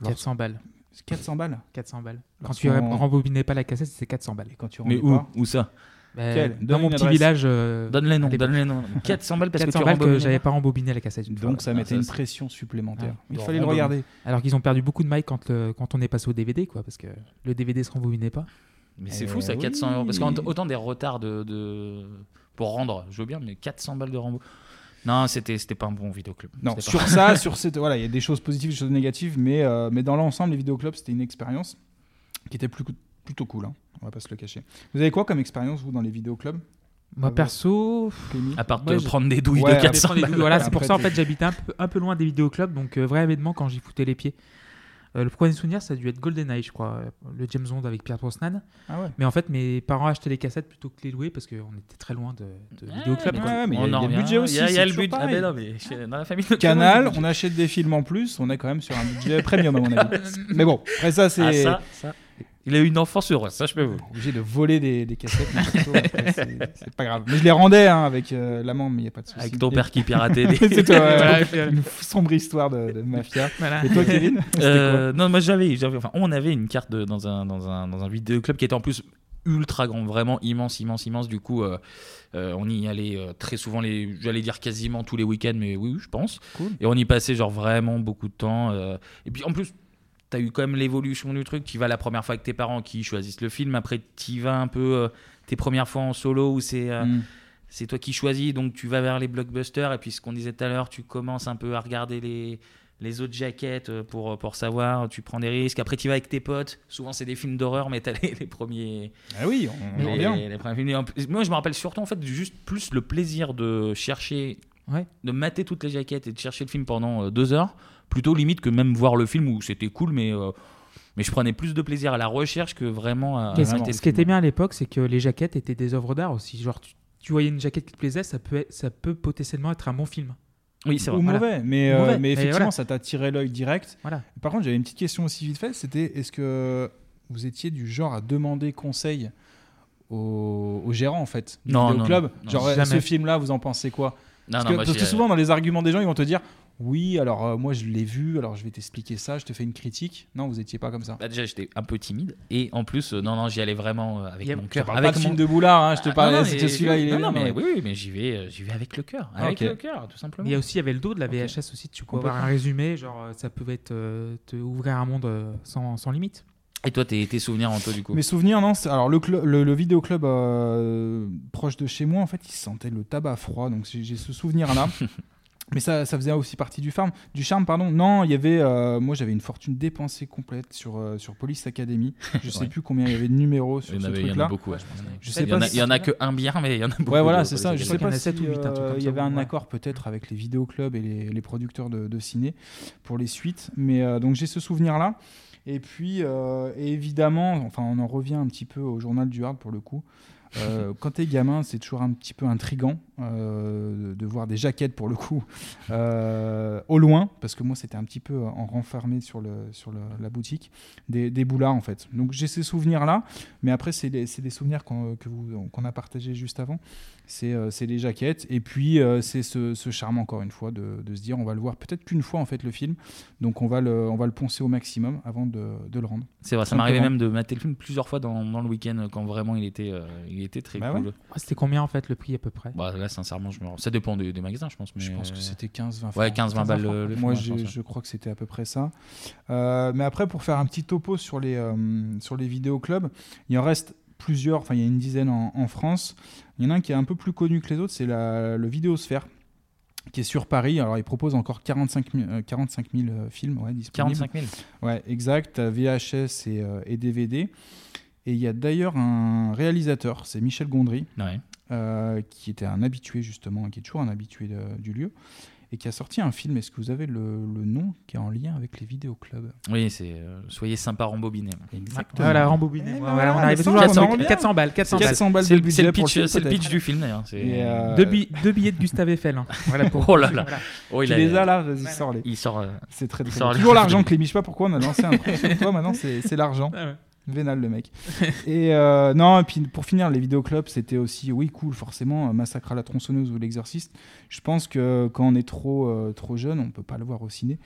H: Lorsque-
I: 400 balles.
H: 400 balles.
I: 400 balles. Quand
H: Lorsqu'on-
I: tu rem- rembobinais pas la cassette, c'était 400 balles.
H: Et quand tu
A: Mais
H: rendais
A: où,
H: pas-
A: où ça
I: Ben,
H: Quel
I: dans
H: Donne
I: mon
H: une
I: petit
H: adresse.
I: village, euh,
A: Donne les noms,
I: à l'époque.
A: donne les noms. 400 balles parce
I: 400
A: que tu
I: balles que
A: rembobinais.
I: j'avais pas rembobiné la cassette. une fois.
H: Donc ça
A: Ah,
H: mettait
A: ça,
H: une
A: c'est-
H: pression supplémentaire.
A: Ah.
H: Il
A: Bon,
H: fallait le
A: on donne-
H: regarder.
I: Alors qu'ils ont perdu beaucoup de mailles quand, le- quand on est passé au DVD, quoi, parce que le DVD se rembobinait pas.
A: Mais c'est
H: Eh
A: fou ça,
H: oui.
A: 400 euros. Parce qu'autant des retards de, de- pour rendre, je veux bien, mais 400 balles de rembo. Non, c'était c'était pas un bon vidéoclub.
H: Non,
A: C'était pas-
H: sur ça, sur cette, voilà, il y a des choses positives, des choses négatives, mais, euh, mais dans l'ensemble, les vidéoclubs, c'était une expérience qui était plus, plutôt cool. Hein. On va pas se le cacher. Vous avez quoi comme expérience vous dans les vidéoclubs Ah
I: Moi,
H: bon
I: perso,
H: Clémy
A: À part te
I: Moi, je-
A: prendre des douilles
H: Ouais,
A: de 400
I: Dépend des
A: balles.
I: goûts. Voilà, c'est pour
H: Après,
I: ça en
H: t'es-
I: fait j'habitais un, peu- un peu loin des vidéoclubs, donc euh, vrai événement quand j'y foutais les pieds. Euh, le premier souvenir, ça a dû être GoldenEye, je crois, euh, le James Bond avec Pierre Brosnan.
H: Ah ouais.
I: Mais en fait, mes parents achetaient les cassettes plutôt que les louer parce qu'on était très loin de, de
A: Ah,
I: vidéoclubs.
H: mais
I: quoi.
H: ouais, Ah, mais il y a-
A: On en
H: il y a le
A: revient.
H: budget aussi,
A: Il y a, il y a
H: c'est
A: le
H: toujours
A: budget. Ah,
H: pareil.
A: ben non, mais chez- dans la famille de
H: Canal, on achète des films en plus, on est quand même sur un budget premium à mon avis. Mais bon, après ça,
A: Ah,
H: c'est
A: ça, ça. Il a eu une enfance heureuse, ça je peux vous.
H: obligé de voler des, des cassettes, mais surtout, après, c'est c'est pas grave. Mais je les rendais hein, avec euh, l'amende, mais il y a pas de souci.
A: Avec ton père qui piratait des.
H: C'est toi, ouais,
I: Voilà, et puis, euh,
H: une sombre histoire de, de mafia.
I: voilà.
H: Et toi, Kevin C'était quoi
A: Euh, non, moi j'avais, j'avais- enfin, on avait une carte de- dans un dans un dans un vidéoclub qui était en plus ultra grand, vraiment immense, immense, immense. Du coup, euh, euh, on y allait euh, très souvent, les, j'allais dire quasiment tous les week-ends, mais oui, oui, je pense.
H: Cool.
A: Et on y passait genre vraiment beaucoup de temps. euh, et puis en plus. T'as eu quand même l'évolution du truc. Tu vas la première fois avec tes parents qui choisissent le film. Après, t'y vas un peu euh, tes premières fois en solo où c'est euh,
H: Mm.
A: c'est toi qui choisis, donc tu vas vers les blockbusters. Et puis, ce qu'on disait tout à l'heure, tu commences un peu à regarder les, les autres jaquettes euh, pour, pour savoir, tu prends des risques. Après, tu vas avec tes potes. Souvent, c'est des films d'horreur, mais t'as les, les premiers.
H: Ah oui, on, on en revient.
A: les- les premiers films. Et en plus- Moi, je me rappelle surtout, en fait, juste plus le plaisir de chercher,
I: Ouais.
A: de mater toutes les jaquettes et de chercher le film pendant euh, deux heures, plutôt limite que même voir le film où c'était cool, mais. euh, mais je prenais plus de plaisir à la recherche que Ah, vraiment à.
I: Et
A: à
I: ce,
A: mater le
I: ce qui était
A: film.
I: bien à l'époque, c'est que les jaquettes étaient des œuvres d'art aussi. Genre, tu, tu voyais une jaquette qui te plaisait, ça peut, être- ça peut potentiellement être un bon film.
A: Oui, c'est
H: Ou
A: vrai.
I: Voilà.
H: mauvais, mais,
I: Ou
H: euh,
I: mauvais,
H: mais
I: mais
H: effectivement,
I: voilà.
H: ça t'a tiré l'œil direct.
I: Voilà.
H: Par contre, j'avais une petite question aussi vite fait, c'était est-ce que vous étiez du genre à demander conseil au, au gérant en fait du
A: Non,
H: vidéoclub
A: non, non, non.
H: Genre, eh,
I: Jamais.
H: ce film-là, vous en pensez quoi
A: Non,
H: Parce,
A: non,
H: que,
A: moi,
H: parce que
A: j'ai-
H: souvent, dans les arguments des gens, ils vont te dire oui, alors euh, moi je l'ai vu, alors je vais t'expliquer ça, je te fais une critique. Non, vous étiez pas comme ça.
A: Bah déjà j'étais un peu timide et en plus euh, non non j'y allais vraiment euh, avec
I: Il y a-
A: mon
H: Je
A: cœur
H: parle
A: avec
H: pas de
A: mon
H: film de Boulard, hein, je te
A: Ah,
H: parle,
A: non, non,
H: c'était
A: mais-
H: celui-là, il est
A: non, non,
H: bien,
A: mais
H: mais-
A: oui oui, mais j'y vais euh, j'y vais avec le cœur
H: Ah,
A: avec
H: ok.
A: le cœur tout simplement
I: Mais il y a aussi, il y avait le dos de la VHS aussi. Tu pouvais avoir un résumé, genre, euh, ça pouvait être, euh, te ouvrir un monde euh, sans, sans limite.
A: et toi tes tes souvenirs en toi du coup
H: Mes souvenirs, non. c'est- Alors, le, cl- le, le vidéoclub euh, proche de chez moi, en fait, il sentait le tabac froid. Donc, j'ai j'ai ce souvenir-là. Mais ça, ça faisait aussi partie du charme. Du charme, pardon. Non, il y avait. euh, moi, j'avais une fortune dépensée complète sur, euh, sur Police Academy. Je sais
A: Ouais.
H: plus combien il y avait de numéros
A: il y
H: sur
A: en
H: ce
A: avait- il y en
H: truc-là.
A: a beaucoup ouais,
H: Je
A: il
H: sais
A: y en
H: pas.
A: a il
H: si-
A: y en a que un bien mais il y en a beaucoup
H: Ouais, voilà,
A: de-
H: c'est ça. Je
I: je
H: sais
I: crois
H: pas
I: qu'il y en a
H: si
I: sept ou huit, un truc
H: euh,
I: comme
H: il y
I: ça,
H: avait un
I: ouais.
H: accord peut-être avec les vidéoclubs et les, les producteurs de, de ciné pour les suites. Mais euh, donc j'ai ce souvenir-là. Et puis, euh, et évidemment, enfin, on en revient un petit peu au journal du hard pour le coup. Euh, quand t'es gamin, c'est toujours un petit peu intrigant euh, de- de voir des jaquettes pour le coup euh, au loin, parce que moi c'était un petit peu en renfermé sur, le, sur le- la boutique, des, des boulards en fait. Donc j'ai ces souvenirs là, mais après c'est des, c'est des souvenirs qu'on que vous- qu'on a partagés juste avant. C'est euh, c'est les jaquettes, et puis euh, c'est ce, ce charme encore une fois de, de se dire on va le voir peut-être qu'une fois en fait le film, donc on va le, on va le poncer au maximum avant de, de le rendre.
A: C'est vrai, ça m'arrivait
H: Simplement.
A: même de mater le film plusieurs fois dans, dans le week-end euh, quand vraiment il était, euh, il était très
H: Bah
A: cool.
I: Ah, C'était combien en fait le prix à peu près
A: Bah, là, sincèrement, je me rends- ça dépend des, des magasins, je pense. Mais
H: Je pense que
A: euh,
H: c'était 15-20
A: Ouais,
H: francs.
A: 15-20 balles le, le
H: Moi,
A: film,
H: j'ai-
A: je pense,
H: je,
A: ouais.
H: crois que c'était à peu près ça. Euh, mais après, pour faire un petit topo sur les, euh, sur les vidéoclubs, il en reste plusieurs, enfin, il y a une dizaine en, en France. Il y en a un qui est un peu plus connu que les autres, c'est la- le Vidéosphère, qui est sur Paris. Alors, il propose encore 45 000, euh, 45 000 euh, films ouais, disponibles.
A: 45 000.
H: Ouais, exact, euh, VHS et, euh, et DVD. Et il y a d'ailleurs un réalisateur, c'est Michel Gondry,
A: Ouais.
H: euh, qui était un habitué justement, qui est toujours un habitué de- du lieu, et qui a sorti un film. Est-ce que vous avez le, le nom qui est en lien avec les vidéoclubs
A: Oui, c'est euh, soyez sympa, rembobinez.
H: Exactement.
I: Voilà, rembobiné.
H: Eh ben
I: Ouais,
H: voilà,
I: on arrive
H: mais
I: toujours
H: ça,
I: à
A: on en revient.
I: 400, 400 balles. 400 balles.
H: 400 balles
A: C'est
H: de
A: le, c'est
H: budget
A: le pitch,
H: pour le film,
A: c'est le
H: peut-être.
A: pitch du film d'ailleurs. c'est-
H: Et, euh,
I: Deux, bi- deux billets de Gustave Eiffel. hein. Voilà pour-
A: Oh là là.
I: voilà.
A: Oh, il
H: Tu
A: a-
H: les as là, vas-y,
I: Ouais.
H: sors-les.
A: Il sort. euh,
H: C'est très
A: Il
H: très
A: sort
H: bien.
A: les-
H: Toujours l'argent, Clémy. Je sais pas pourquoi on a lancé un truc sur toi, maintenant c'est c'est l'argent.
I: Ah ouais.
H: Vénal le mec. et euh, non, et puis pour finir, les vidéoclubs, c'était aussi, oui, cool, forcément, euh, Massacre à la tronçonneuse ou l'exorciste. Je pense que quand on est trop, euh, trop jeune, on peut pas le voir au ciné.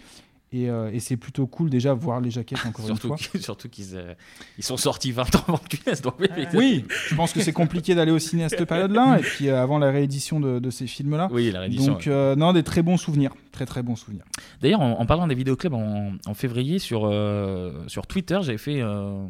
H: Et, euh, et c'est plutôt cool déjà voir les jaquettes encore une
A: Surtout,
H: fois.
A: qu'- surtout qu'ils euh, ils sont sortis 20 ans avant Cunès. Donc, oui, oui,
H: Oui, je pense que c'est compliqué d'aller au ciné à cette période-là, et puis euh, avant la réédition de, de ces films-là.
A: oui, la réédition.
H: Donc, euh, non, des très bons souvenirs. Très très bons souvenirs.
A: D'ailleurs, en, en parlant des vidéoclubs, en, en février, sur, euh, sur Twitter, j'avais fait euh,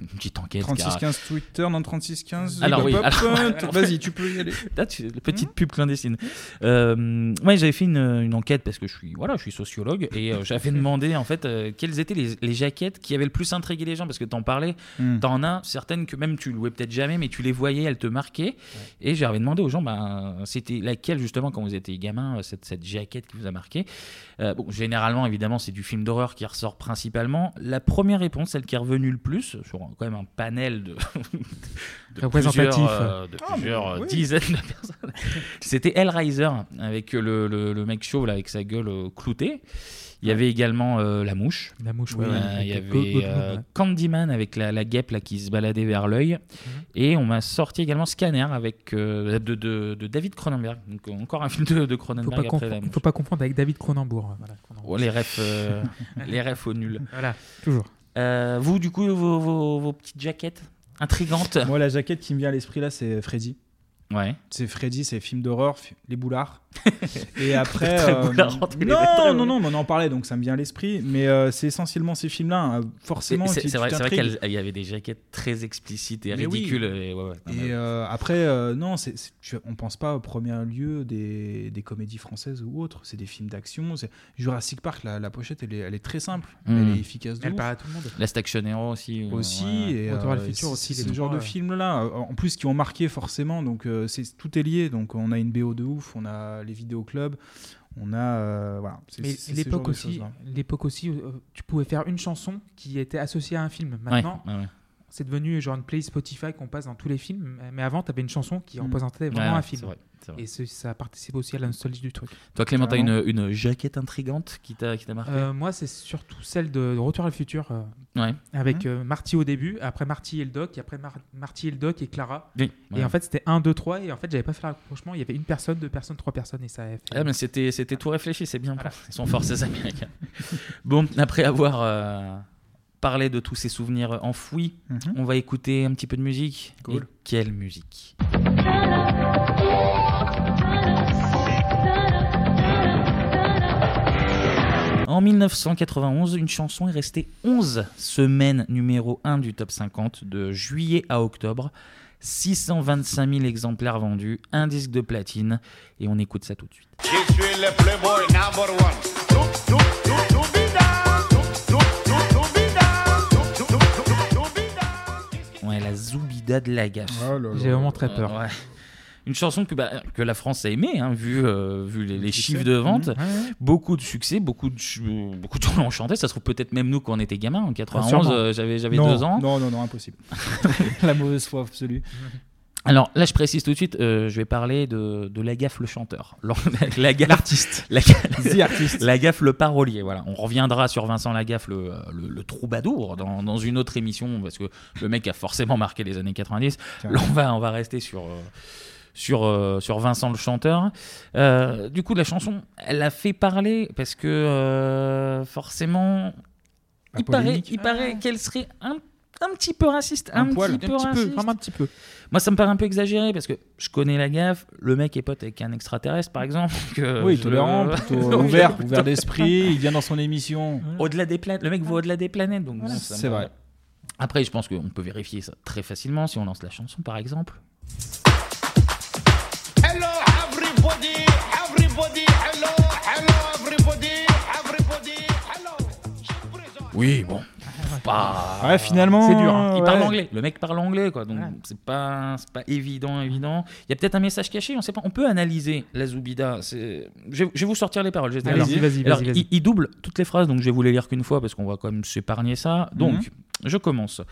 A: une petite enquête. car-
H: 36-15 Twitter, non 36-15.
A: Alors, oui,
H: Hip Hop,
A: alors-
H: euh, t- Vas-y, tu peux y aller.
A: Là, tu- petite pub clandestine. Euh, ouais, j'avais fait une, une enquête parce que je suis, voilà, je suis sociologue et euh, j'avais demandé en fait euh, quelles étaient les, les jaquettes qui avaient le plus intrigué les gens parce que t'en parlais,
H: Hmm.
A: t'en as certaines que même tu louais peut-être jamais, mais tu les voyais, elles te marquaient. Et j'avais demandé aux gens, ben, c'était laquelle justement quand vous étiez gamin, euh, cette, cette jaquette qui vous a marqué. Euh, bon, généralement, évidemment, c'est du film d'horreur qui ressort principalement. La première réponse, celle qui est revenue le plus, sur un- quand même un panel de, de
I: Représentatif.
A: plusieurs, euh, de
H: Ah, mais
A: plusieurs, euh,
H: oui.
A: dizaines de personnes, c'était Hellraiser avec le, le- le mec chauve là, avec sa gueule euh, cloutée. Il y avait également euh, La Mouche.
I: La mouche,
A: Euh,
I: oui. avec
A: il y
I: le go-
A: avait
I: go- go-
A: euh,
I: ouais.
A: Candyman avec la, la guêpe là, qui se baladait vers l'œil. Et on m'a sorti également Scanner avec, euh, de, de- de David Cronenberg. Donc, euh, encore un film de, de
I: Faut pas
A: Cronenberg après la
I: confondre-
A: mouche.
I: faut pas confondre avec David Cronenbourg. Voilà, Cronenbourg.
A: Oh, les refs, euh, les refs au nul.
I: Voilà, toujours.
A: Euh, vous, du coup, vos, vos- vos petites jaquettes intrigantes.
H: Moi, la jaquette qui me vient à l'esprit là, c'est Freddy.
A: Ouais.
H: C'est Freddy, c'est film d'horreur, fi- les boulards. Et après,
A: Très
H: euh,
A: boulard entre les
H: non,
A: lettres,
H: non,
A: ouais.
H: non, mais on en parlait, donc ça me vient à l'esprit. Mais euh, c'est essentiellement ces films-là, hein,
A: C'est
H: forcément.
A: c'est-
H: qui-
A: c'est
H: qui
A: vrai, c'est vrai
H: t'intriguent.
A: qu'il y avait des jaquettes très explicites et
H: Mais oui.
A: ridicules. Et ouais, ouais, non, mais-
H: Et euh, après, euh, non, c'est, c'est- tu- on pense pas au premier lieu des, des comédies françaises ou autres. C'est des films d'action. c'est- Jurassic Park, la, la pochette, elle est, elle est très simple,
A: Mm.
H: elle est efficace. De
I: Elle
H: ouf.
I: parle à tout le monde.
A: Last Action Hero aussi. euh,
H: aussi
A: ouais.
H: et
I: Retour à le futur
H: c'est-
I: aussi,
H: c'est
I: les
H: ce genre
I: trois,
H: de
I: euh.
H: films là en plus qui ont marqué forcément donc euh, c'est tout est lié donc on a une BO de ouf on a les vidéoclubs on a euh, voilà c'est
I: Mais
H: c'est- c'est ce genre
I: l'époque
H: de
I: aussi,
H: choses-là.
I: l'époque aussi, euh, tu pouvais faire une chanson qui était associée à un film.
A: Ouais,
I: Maintenant,
A: ouais, ouais.
I: c'est devenu genre une play Spotify qu'on passe dans tous les films. Mais avant, tu avais une chanson qui
H: Mm.
I: représentait vraiment
A: Ouais,
I: un
A: ouais,
I: film.
A: c'est vrai, c'est vrai.
I: Et ce- ça participe aussi à la nostalgie du truc.
A: Toi, Clément, t'as une, une jaquette intrigante qui t'a qui t'a marqué
I: Euh, moi, c'est surtout celle de Retour à le futur, euh,
A: Ouais.
I: avec euh, Marty au début, après Marty et le doc, et après Mar- Marty et le doc et Clara.
A: Oui, ouais.
I: Et en fait, c'était 1, 2, 3. Et en fait, j'avais pas fait le rapprochement. Il y avait une personne, deux personnes, trois personnes. Et ça avait fait-
A: Ah, mais c'était, c'était tout réfléchi, c'est bien.
I: Voilà.
A: Ils sont forts, ces Américains. bon, après avoir euh, parlé de tous ces souvenirs enfouis,
H: Mhm.
I: Hmm.
A: on va écouter un petit peu de musique.
H: Cool.
A: Et quelle musique En 1991, une chanson est restée 11 semaines numéro 1 du top 50 de juillet à octobre. 625 000 exemplaires vendus, un disque de platine, et on écoute ça tout de suite.
B: Je suis le playboy number one. Dou- dou- dou- doubida. Dou- dou- dou- doubida. Dou- dou- dou- dou- doubida.
A: Ouais, la Zoubida de la gaffe.
I: J'ai vraiment très peur.
A: Euh, Ouais. Une chanson que, bah, que la France a aimée, hein, vu, euh, vu les, les chiffres de vente.
I: Mmh. Ouais.
A: Beaucoup de succès, beaucoup de, ch- beaucoup de gens l'ont chanté. Ça se trouve peut-être même nous quand on était gamins, en 91,
I: Ah, sûrement.
A: euh, j'avais j'avais
H: non,
A: deux ans.
H: non non non impossible la mauvaise foi absolue
A: Alors là, je précise tout de suite, euh, je vais parler de, de Lagaffe le chanteur. L'artiste. Lagaffe,
H: The Artist.
A: Lagaffe le parolier. Voilà. On reviendra sur Vincent Lagaffe le, euh, le- le troubadour dans, dans une autre émission parce que le mec a forcément marqué les années 90.
H: Tiens.
A: Là, on va, on va rester sur, euh, sur, euh, sur Vincent le chanteur. Euh, du coup, la chanson, elle a fait parler parce que euh, forcément,
H: La
A: il paraît,
H: polémique.
A: il paraît qu'elle serait un, un petit peu raciste. Un,
H: poil,
A: petit peu raciste.
I: vraiment un petit peu.
A: Moi, ça me paraît un peu exagéré parce que je connais la gaffe. Le mec est pote avec un extraterrestre, par exemple. que
H: Oui,
A: Euh, je-
H: tolérant, plutôt
A: Oui,
H: ouvert,
A: plutôt-
H: ouvert d'esprit. Il vient dans son émission.
A: Au-delà des planètes, le mec va au-delà des planètes. Donc bon, ça me
H: C'est
A: paraît-
H: vrai.
A: Après, je pense qu'on peut vérifier ça très facilement si on lance la chanson, par exemple.
B: Hello, everybody, everybody, hello, hello, everybody, everybody, hello. Je vous présente-
A: Oui, bon. Pas...
H: Ouais, finalement.
I: C'est dur, hein.
A: Il parle
H: ouais.
A: anglais. Le mec parle anglais, quoi. Donc
I: Ouais.
A: c'est pas c'est pas évident, évident. Il y a peut-être un message caché. On sait pas. On peut analyser la Zoubida. C'est- Je, vais- je vais vous sortir les paroles. j'étais- alors,
I: Allez-y, vas-y,
A: alors,
I: vas-y.
A: il, Ah
I: vas-y.
A: il double toutes les phrases, donc je vais vous les lire qu'une fois parce qu'on va quand même s'épargner ça. Donc
I: Mhm.
A: je commence.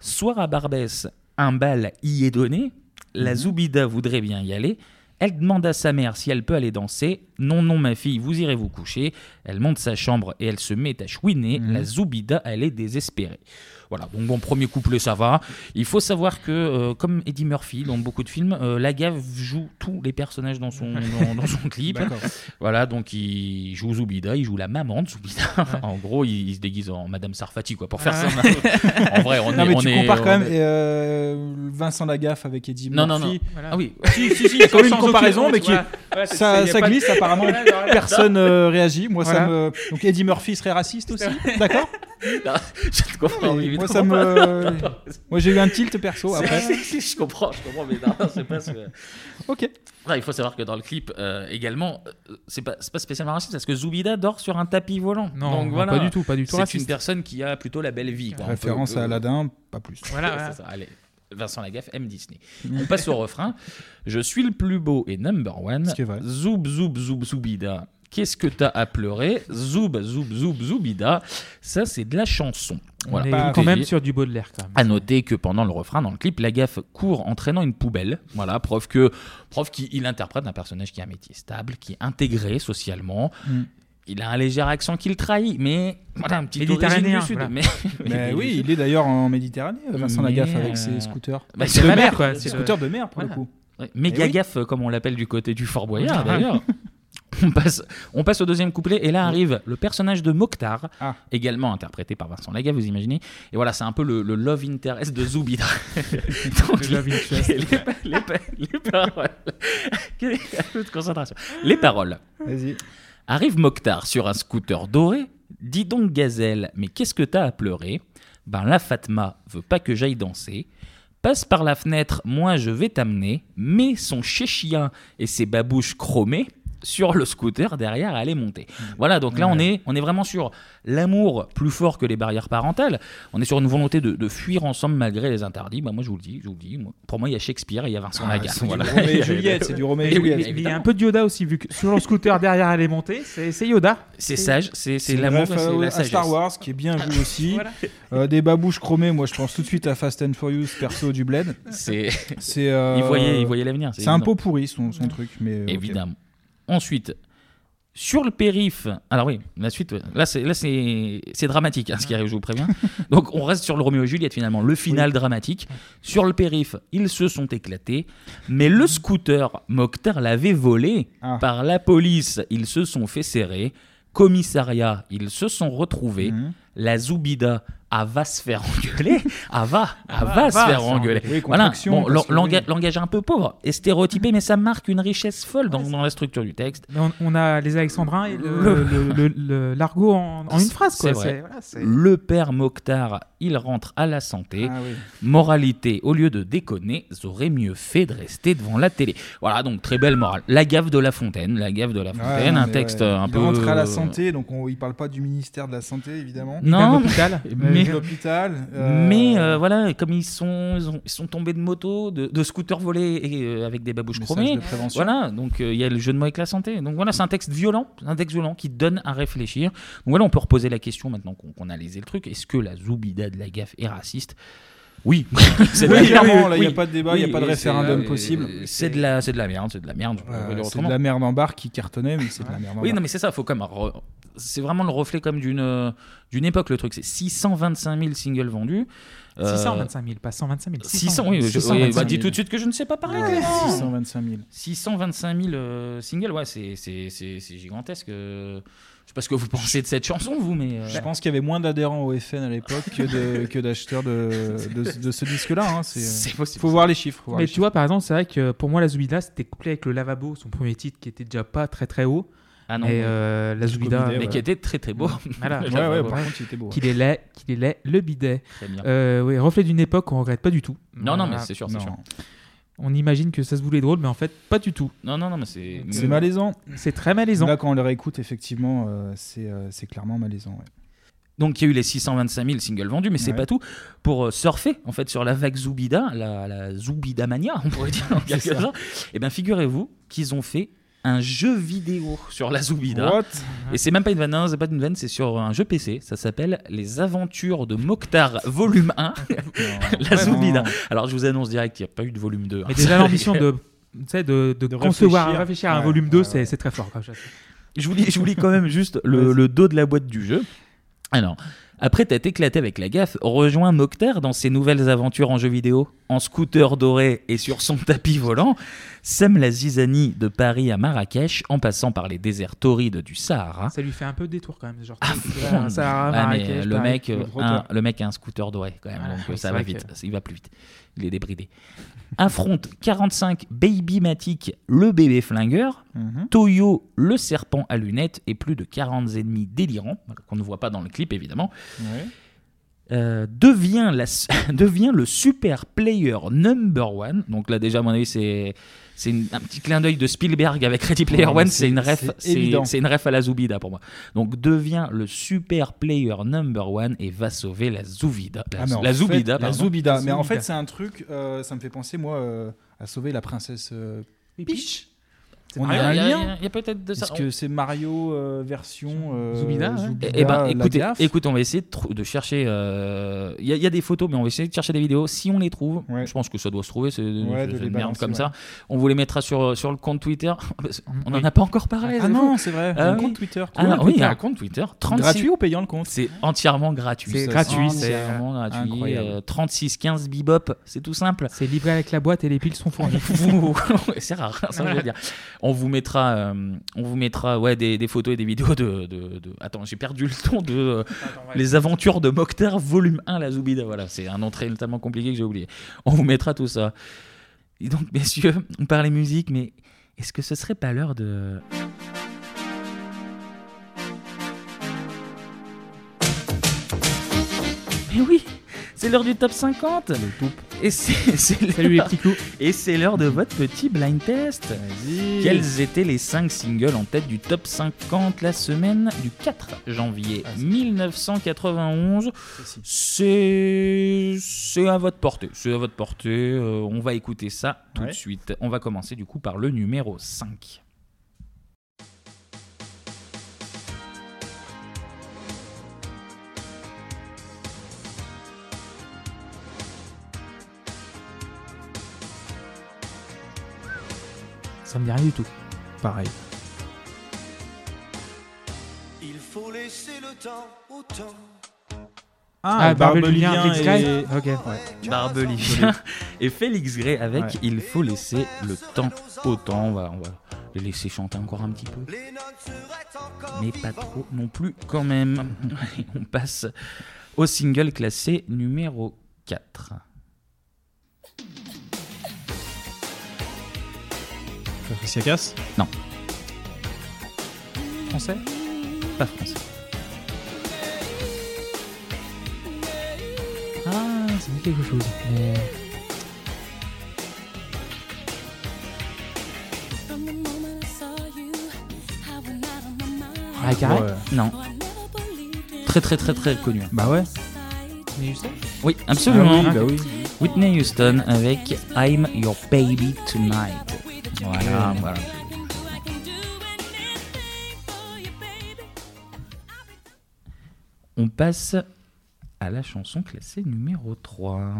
A: Soir à Barbès, un bal y est donné. La
I: Mhm.
A: Zoubida voudrait bien y aller. Elle demande à sa mère si elle peut aller danser. Non, non, ma fille, vous irez vous coucher. Elle monte sa chambre et elle se met à chouiner.
H: Mhm.
A: La Zoubida, elle est désespérée. Voilà, donc bon, premier couplet, ça va. Il faut savoir que, euh, comme Eddie Murphy dans beaucoup de films, euh, Lagaffe joue tous les personnages dans son, dans, dans son
I: Bah,
A: clip.
H: D'accord.
A: Voilà, donc il joue Zoubida, il joue la maman de Zoubida. en gros, il, il se déguise en Madame Sarfati, quoi, pour faire
I: Ah
A: ça. en vrai, on
H: Non,
A: est.
H: mais
A: on
H: tu
A: est-
H: compares quand
A: on
H: même
A: est-
H: euh, Vincent Lagaffe avec Eddie
A: Non, non,
H: Murphy.
A: non.
I: Voilà.
A: Ah oui,
H: Si, si, si, il y a quand même une
I: Sans aucune
H: comparaison,
I: honte,
H: mais qui,
I: voilà. Voilà, c'est-
H: ça,
I: c'est- y a
H: ça
I: pas de-
H: glisse apparemment.
I: Voilà, genre, regarde.
H: Personne euh, réagit. Moi,
I: Voilà.
H: ça me. Donc Eddie Murphy serait raciste aussi. D'accord.
A: je te comprends,
H: Mais
A: oui,
H: Moi,
A: évidemment.
H: ça me. Moi, j'ai eu un tilt perso après.
A: Si, si, si, je comprends, je comprends, mais non, c'est pas ce que-
H: Ok.
A: Ouais, il faut savoir que dans le clip, euh, également, euh, c'est pas, c'est pas spécialement raciste parce que Zoubida dort sur un tapis volant.
I: Non,
A: Donc
I: non,
A: voilà.
I: pas du tout, pas du tout
A: C'est une
I: raciste.
A: personne qui a plutôt la belle vie. quoi. On
H: Référence
A: peut-
H: à
A: peut-
H: Aladdin, pas plus.
I: Voilà,
A: bah, euh, Ouais,
I: voilà.
A: c'est ça. Allez, Vincent Lagaffe aime Disney. On passe au refrain. Je suis le plus beau et number one.
H: Ce qui est vrai.
A: Zoub, zoub, zoub, zoubida. Qu'est-ce que t'as à pleurer Zoub, zoub, zoub, zoubida. Ça, c'est de la chanson.
I: On est
H: Pas
I: quand même
A: Et-
I: sur du Baudelaire quand même.
A: à noter que pendant le refrain, dans le clip, Lagaffe court entraînant une poubelle. Voilà, preuve que, preuve qu'il il interprète un personnage qui a un métier stable, qui est intégré socialement.
H: Mm.
A: Il a un léger accent qu'il trahit, mais voilà, un petit origine
I: Méditerranéen,
A: du sud.
I: voilà.
A: Mais,
H: Mais oui, il est d'ailleurs en Méditerranée, Vincent
A: Mais,
H: Lagaffe,
A: euh,
H: avec ses scooters.
A: Bah,
I: C'est
A: c'est
I: la
A: la
I: mer, quoi.
H: Ses
I: C'est le-
H: scooters de mer, pour le
I: voilà.
H: coup.
A: Ouais, méga
H: Eh oui. Ah.
A: gaffe, euh, comme on l'appelle du côté du Fort Boyard
I: Ouais.
A: d'ailleurs. On passe, on passe au deuxième couplet et là arrive le personnage de Mokhtar,
H: Ah.
A: également interprété par Vincent Lagaffe, vous imaginez. Et voilà, c'est un peu le, le love interest de Zoubida. Donc,
I: Le love interest.
A: les, pa- les pa- les paroles. Quelle- un peu de concentration. Les paroles.
H: Vas-y.
A: Arrive Mokhtar sur un scooter doré. Dis donc, gazelle, mais qu'est-ce que t'as à pleurer Ben, la Fatma veut pas que j'aille danser. Passe par la fenêtre, moi je vais t'amener. Mais son chéchien et ses babouches chromées sur le scooter derrière à aller monter. Voilà, donc là on est, on est vraiment sur l'amour plus fort que les barrières parentales. On est sur une volonté de, de fuir ensemble malgré les interdits. Ben, moi je vous le dis, je vous le dis. moi- pour moi il y a Shakespeare et il y a Vincent Lagaffe.
H: Ah, C'est du
A: voilà.
H: Roméo et Juliette, c'est du Roméo et
A: Et oui,
H: Juliette.
I: Mais Il y a un peu de Yoda aussi, vu que sur le scooter derrière elle est montée, c'est c'est Yoda.
A: C'est sage, c'est c'est
H: une
A: l'amour, et
H: ref,
A: c'est
H: euh,
A: la
H: à
A: sagesse.
H: Star Wars, qui est bien vu aussi. Euh, des babouches chromées, moi je pense tout de suite à Fast and Furious, perso du Bled.
A: C'est
H: C'est euh,
A: il voyait, il voyait l'avenir.
H: c'est un
A: évident.
H: pot pourri son, son truc, mais ok.
A: Évidemment. Ensuite, sur le périph. Alors oui, la suite, ouais. là c'est là c'est c'est dramatique hein, ce qui arrive, je vous préviens. Donc on reste sur le Roméo et Juliette finalement, le final dramatique. Sur le périph, ils se sont éclatés, mais le scooter Mokhtar l'avait volé
H: Ah.
A: par la police, ils se sont fait serrer. Commissariat, ils se sont retrouvés.
H: Mhm.
A: La Zoubida, elle va se faire engueuler. Elle va, elle va, se
I: va
A: faire
I: se-
A: engueuler.
H: Oui,
A: Voilà,
H: contraction,
A: bon,
H: parce que-
A: langage, langage un peu pauvre et stéréotypé, mais ça marque une richesse folle dans, dans la structure du texte.
I: Mais On, on a les alexandrins et le- le- le- le- l'argot en, en une phrase. quoi.
A: C'est vrai.
I: C'est- voilà, c'est-
A: Le père Mokhtar, il rentre à la santé.
H: Ah oui.
A: Moralité, au lieu de déconner, j'aurais mieux fait de rester devant la télé. Voilà, donc très belle morale. La gaffe de La Fontaine, la gaffe de La
H: Ah Ouais,
A: Fontaine,
H: non,
A: un
H: mais
A: texte
H: ouais.
A: un
H: Il
A: peu. euh,
H: rentre à la santé, donc on, il parle pas du ministère de la santé évidemment. Euh,
I: Dans
A: Non,
I: l'hôpital.
A: mais-
H: De L'hôpital. euh,
A: Mais euh, voilà, comme ils sont, ils, ont- ils sont tombés de moto, de, de scooters volés et euh, avec des babouches
H: message
A: chromées,
H: de prévention.
A: Voilà, donc euh, il y a le jeu de mots avec la santé. Donc voilà, c'est un texte violent, un texte violent qui donne à réfléchir. Donc voilà, on peut reposer la question maintenant qu'on qu'on a lésé le truc. Est-ce que la Zoubida de la gaffe est raciste Oui, c'est de
H: Oui,
A: la-
H: clairement, là, il n'y a
A: oui.
H: pas de débat, il
A: Oui,
H: n'y a pas de
A: et c'est-
H: référendum
A: euh,
H: possible.
A: C'est de la, c'est de la merde, c'est de la merde. je peux pas
H: Euh,
A: dire
H: c'est
A: autrement.
H: de la merde en barre qui cartonnait, mais c'est de la merde en
A: Oui,
H: barre.
A: non, mais c'est ça, faut comme un re- c'est vraiment le reflet comme d'une euh, d'une époque le truc. C'est 625 000 singles vendus. Euh,
I: 625 000, pas 125 000.
A: 600, oui, je- oui, bah, dis tout de suite que je ne sais pas parler. Clément.
H: 625 000.
A: 625 000 euh, singles, ouais, c'est c'est- c'est- c'est gigantesque. euh, Je sais pas ce que vous pensez de cette chanson, vous, mais. euh,
H: Je pense qu'il y avait moins d'adhérents au FN à l'époque que de- que d'acheteurs de, de, de ce disque-là. hein, c'est-
A: c'est possible.
H: Faut voir les chiffres. faut voir
I: Mais
H: les
I: tu vois, par exemple, c'est vrai que pour moi, la Zoubida, c'était couplé avec le Lavabo, son premier titre qui était déjà pas très très haut.
A: Ah non,
I: et euh, la Zoubida.
H: bidet,
A: mais
I: ouais.
A: qui était très très beau.
I: Voilà.
A: Le
H: chiffres. Ouais,
A: Lavabo,
H: ouais, par contre, il était beau. hein.
I: Qu'il est laid, qu'il est laid, le bidet.
A: très bien.
I: Euh, oui, reflet d'une époque qu'on regrette pas du tout.
A: Non, non, mais
I: Voilà.
A: c'est sûr, c'est
H: Non.
A: sûr.
I: On imagine que ça se voulait drôle, mais en fait, pas du tout.
A: Non, non, non, mais c'est.
H: C'est malaisant.
I: C'est très malaisant.
H: Là, quand on le réécoute, effectivement, euh, c'est euh, c'est clairement malaisant. ouais.
A: Donc il y a eu les 625 000 singles vendus, mais c'est
H: Ouais.
A: pas tout. Pour euh, surfer en fait sur la vague Zoubida, la, la Zoubida mania, on pourrait dire en quelque sorte. Et bien figurez-vous qu'ils ont fait un jeu vidéo sur la Zoubida.
H: What
A: Et c'est même pas une vanne, non, c'est pas une vanne, c'est sur un jeu PC. Ça s'appelle Les Aventures de Mokhtar Volume 1. La
H: Ouais,
A: Zoubida.
H: non.
A: Alors je vous annonce direct qu'il n'y a pas eu de volume 2. hein.
I: Mais déjà, l'ambition de. tu sais, de, de,
H: De
I: concevoir,
H: réfléchir.
I: réfléchir, à un
H: Ouais,
I: volume
H: ouais,
I: 2,
H: ouais.
I: c'est- c'est très fort. quoi.
A: Je vous lis, je vous lis quand même juste le,
H: Vas-y.
A: le dos de la boîte du jeu. Alors, après t'être éclaté avec la gaffe, rejoins Mokhtar dans ses nouvelles aventures en jeu vidéo, en scooter doré et sur son tapis volant, sème la zizanie de Paris à Marrakech en passant par les déserts torrides du Sahara.
I: Ça lui fait un peu détour quand même. Genre,
A: fond.
I: Sahara,
A: Ah, mais,
I: Marrakech,
A: euh, le,
I: Paris.
A: mec, euh,
H: le gros
A: un-
H: tas.
A: le mec a un scooter doré quand même,
I: Voilà,
A: donc euh,
I: oui,
A: ça
I: c'est
A: va
I: vrai
A: vite, il va plus vite. Il est débridé. Affronte 45 Baby Matic, le bébé flingueur,
H: Mhm.
A: Toyo, le serpent à lunettes et plus de 40 ennemis délirants, voilà, qu'on ne voit pas dans le clip évidemment,
H: Ouais.
A: euh, devient, la, su- devient le super player number one. Donc là déjà, à mon avis, c'est, c'est une- un petit clin d'œil de Spielberg avec Ready Player
H: Ouais, mais
A: One,
H: c'est-
A: c'est, une ref,
H: c'est
A: c'est,
H: évident.
A: c'est une ref à la Zoubida pour moi. Donc devient le super player number one et va sauver la Zouvida. La,
H: Ah, mais en
A: la
H: fait,
A: Zoubida,
H: La
A: pardon.
H: Zoubida. Mais en
I: Zoubida.
H: fait, c'est un truc, euh, ça me fait penser, moi, euh, à sauver la princesse euh, Peach.
I: C'est
H: On
A: Ah,
H: a
A: il y a-
H: un
A: il y a-
H: lien
A: Il y a peut-être de ça.
H: Est-ce que c'est Mario euh, version euh,
I: Zoubida, ouais.
H: Zoubida,
A: Eh ben,
H: la
A: écoutez,
H: gaffe
A: écoutez, on va essayer de, trou- de chercher. euh, Il y, a- il y a des photos, mais on va essayer de chercher des vidéos. Si on les trouve,
H: Ouais.
A: je pense que ça doit se trouver. C'est
H: Ouais, de
A: c'est
H: les
A: une merde
H: balancer,
A: comme
H: ouais.
A: ça. On vous les mettra sur, sur le compte Twitter. on n'en
I: Oui.
A: a pas encore parlé.
H: Ah
A: c'est fou.
H: non, c'est vrai.
A: Ah
H: un
A: oui.
H: compte Twitter.
A: Ah non,
H: cool.
A: oui, il y a un compte Twitter. 36...
H: Gratuit ou payant le compte
A: C'est entièrement gratuit.
I: C'est
A: ça,
I: gratuit, c'est
A: entièrement gratuit.
H: incroyable.
A: Euh, 36-15 bebop, c'est tout simple.
I: C'est livré avec la boîte et les piles sont fournies.
A: Vous- c'est rare, ça je veux dire. On vous mettra, euh, on vous mettra ouais, des, des photos et des vidéos de. de- de- Attends, j'ai perdu le ton de. euh, Les aventures de Mokhtar, volume 1, la Zoubida. Voilà, c'est un nom très- tellement compliqué que j'ai oublié. On vous mettra tout ça. Et donc, messieurs, on parlait musique, mais est-ce que ce serait pas l'heure de. Mais oui, c'est l'heure du top 50 Et c'est c'est
I: Salut les
A: l'heure-
I: petits clous.
A: et c'est l'heure de votre petit blind test.
H: Vas-y.
A: Quels étaient les 5 singles en tête du top 50 la semaine du 4 janvier
H: Ah,
A: 1991 C'est c'est à votre portée. C'est à votre portée. Euh, on va écouter ça tout
H: Ouais.
A: de suite. On va commencer du coup par le numéro 5.
I: Ça me dit rien du tout. Pareil.
B: Il faut laisser le temps au temps.
I: Ah, Barbelivien,
H: Barbelivien
I: Rick
H: et-
I: Sky Ok.
H: Ouais.
A: Barbelivien et Félix Gray avec
H: Ouais.
A: Il faut laisser le temps au temps. On va, on va les laisser chanter encore un petit peu.
B: Les notes seraient encore
A: mais pas trop non plus quand même. Allez, On passe au single classé numéro 4.
D: Patricia Cass
A: Français Pas français.
I: Ah, ça me dit quelque chose. Mais. Ah, carré
H: Ouais.
A: Non. Très très très très connu.
H: Bah ouais.
I: Mais Houston
A: Oui,
H: Ah
A: absolument.
H: oui, bah oui.
A: Whitney Houston avec I'm Your Baby Tonight. Voilà,
H: Ouais.
A: voilà. On passe à la chanson classée numéro 3.